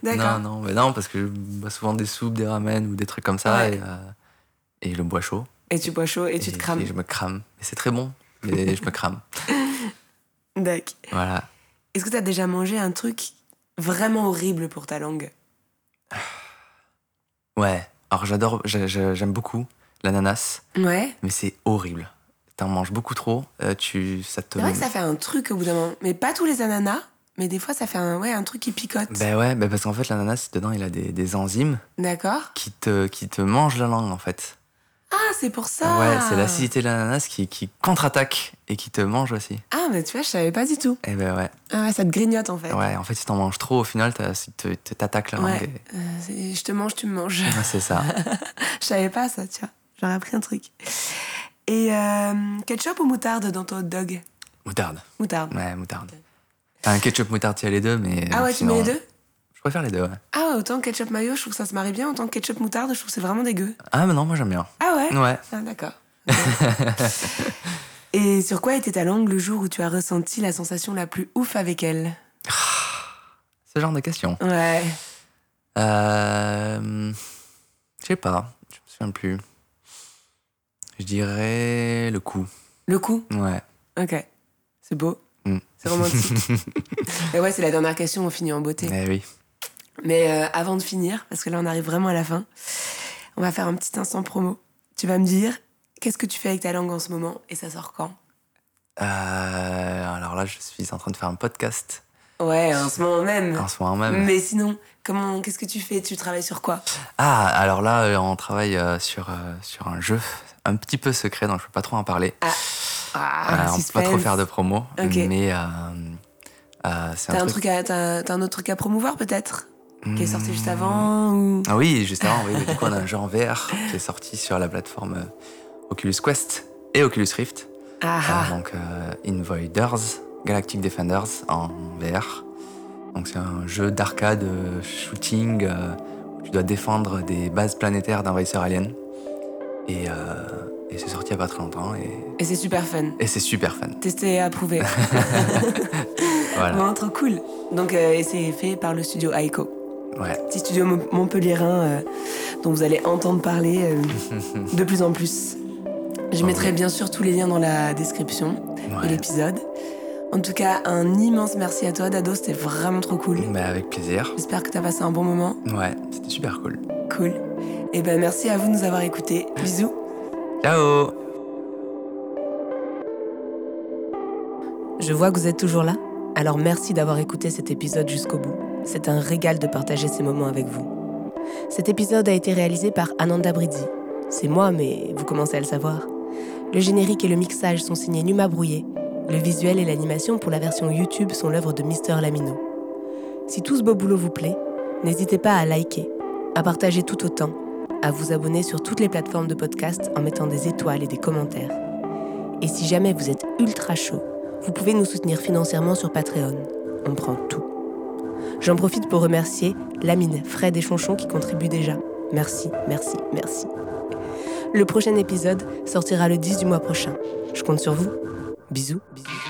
Non,
D'accord.
non, mais non, parce que je bois souvent des soupes, des ramen ou des trucs comme ça.
Ouais.
Et, euh, et je le bois chaud.
Et tu bois chaud et tu te crames.
et je me crame. Et c'est très bon, mais [LAUGHS] je me crame.
D'accord.
Voilà.
Est-ce que t'as déjà mangé un truc vraiment horrible pour ta langue
Ouais. Alors j'adore, je- je- j'aime beaucoup l'ananas,
Ouais.
mais c'est horrible. T'en manges beaucoup trop, euh, tu, ça te.
C'est vrai que ça fait un truc au bout d'un moment. Mais pas tous les ananas, mais des fois ça fait un, ouais, un truc qui picote.
Ben ouais, ben parce qu'en fait l'ananas dedans il a des, des enzymes
D'accord
qui te, qui te mangent la langue en fait.
Ah, c'est pour ça
Ouais, c'est l'acidité de l'ananas qui, qui contre-attaque et qui te mange aussi.
Ah, mais tu vois, je savais pas du tout.
Et ben ouais,
Ah ouais, ça te grignote en fait.
ouais. En fait si t'en manges trop au final t'as- si te- te- t'attaques la langue.
Ouais.
et-
Euh, c'est- je te mange, tu me manges. [LAUGHS]
Ouais, c'est ça.
je savais pas ça, tu vois. J'aurais appris un truc. Et euh, ketchup ou moutarde dans ton hot dog
Moutarde.
Moutarde.
Ouais, moutarde. T'as un ketchup moutarde, tu as les deux, mais. euh,
ah ouais,
sinon,
tu mets les deux
Je préfère les deux, ouais.
Ah ouais, autant ketchup mayo, je trouve que ça se marie bien. Autant ketchup moutarde, je trouve que c'est vraiment dégueu.
Ah, mais non, moi j'aime bien.
Ah ouais
Ouais.
Ah, d'accord.
[LAUGHS]
Et sur quoi était ta langue le jour où tu as ressenti la sensation la plus ouf avec elle
Ce genre de questions.
Ouais.
Euh. Je sais pas. Je me souviens plus. Je dirais le coup.
Le coup
Ouais.
Ok. C'est beau.
Mm.
C'est romantique. Et ouais, c'est la dernière question, on finit en beauté.
[LAUGHS] Eh oui.
Mais euh, avant de finir, parce que là on arrive vraiment à la fin, on va faire un petit instant promo. Tu vas me dire, qu'est-ce que tu fais avec ta langue en ce moment et ça sort quand
Euh, alors là, je suis en train de faire un podcast
Ouais, en ce moment même.
en ce moment même.
Mais sinon, comment, qu'est-ce que tu fais Tu travailles sur quoi
Ah, alors là, euh, on travaille euh, sur, euh, sur un jeu un petit peu secret, donc je peux pas trop en parler.
Ah,
Euh, on peut pas trop
suspense.
faire de promo.
Ok.
Mais euh, euh, c'est Hmm.
T'as un, truc à- t'as- t'as un autre truc à promouvoir peut-être Qui est sorti juste avant ou...
Ah oui, juste avant, oui. mais du coup, on a un jeu en VR qui est sorti sur la plateforme euh, Oculus Quest et Oculus Rift.
Ah,
Euh,
ah.
donc, euh, Invoiders, Galactic Defenders en VR. Donc, c'est un jeu d'arcade euh, shooting euh, où tu dois défendre des bases planétaires d'envahisseurs aliens. Et, euh, et c'est sorti il y a pas très longtemps et,
Et c'est super fun.
et c'est super fun.
Testé et
[LAUGHS]
approuvé.
Voilà.
Vraiment trop cool. Donc, euh, et c'est fait par le studio Aiko.
Ouais.
Petit studio Mo- montpelliérain euh, dont vous allez entendre parler
[LAUGHS]
euh, de plus en plus. Je
Oh,
mettrai
oui.
bien sûr tous les liens dans la description de
ouais.
l'épisode. En tout cas, un immense merci à toi, Dado. C'était vraiment trop cool.
Bah, avec plaisir.
J'espère que t'as passé un bon moment.
Ouais, c'était super cool.
Cool. Et ben, merci à vous de nous avoir écoutés. Bisous.
Ciao
Je vois que vous êtes toujours là, alors merci d'avoir écouté cet épisode jusqu'au bout. C'est un régal de partager ces moments avec vous. Cet épisode a été réalisé par Ananda Bridi. C'est moi, mais vous commencez à le savoir. Le générique et le mixage sont signés Numa Brouillé. Le visuel et l'animation pour la version YouTube sont l'œuvre de Mister Lamino. Si tout ce beau boulot vous plaît, n'hésitez pas à liker, à partager tout autant, à vous abonner sur toutes les plateformes de podcast en mettant des étoiles et des commentaires. Et si jamais vous êtes ultra chaud, vous pouvez nous soutenir financièrement sur Patreon. On prend tout. J'en profite pour remercier Lamine, Fred et Chonchon qui contribuent déjà. Merci, merci, merci. Le prochain épisode sortira le 10 du mois prochain. Je compte sur vous. Bisous. bisous.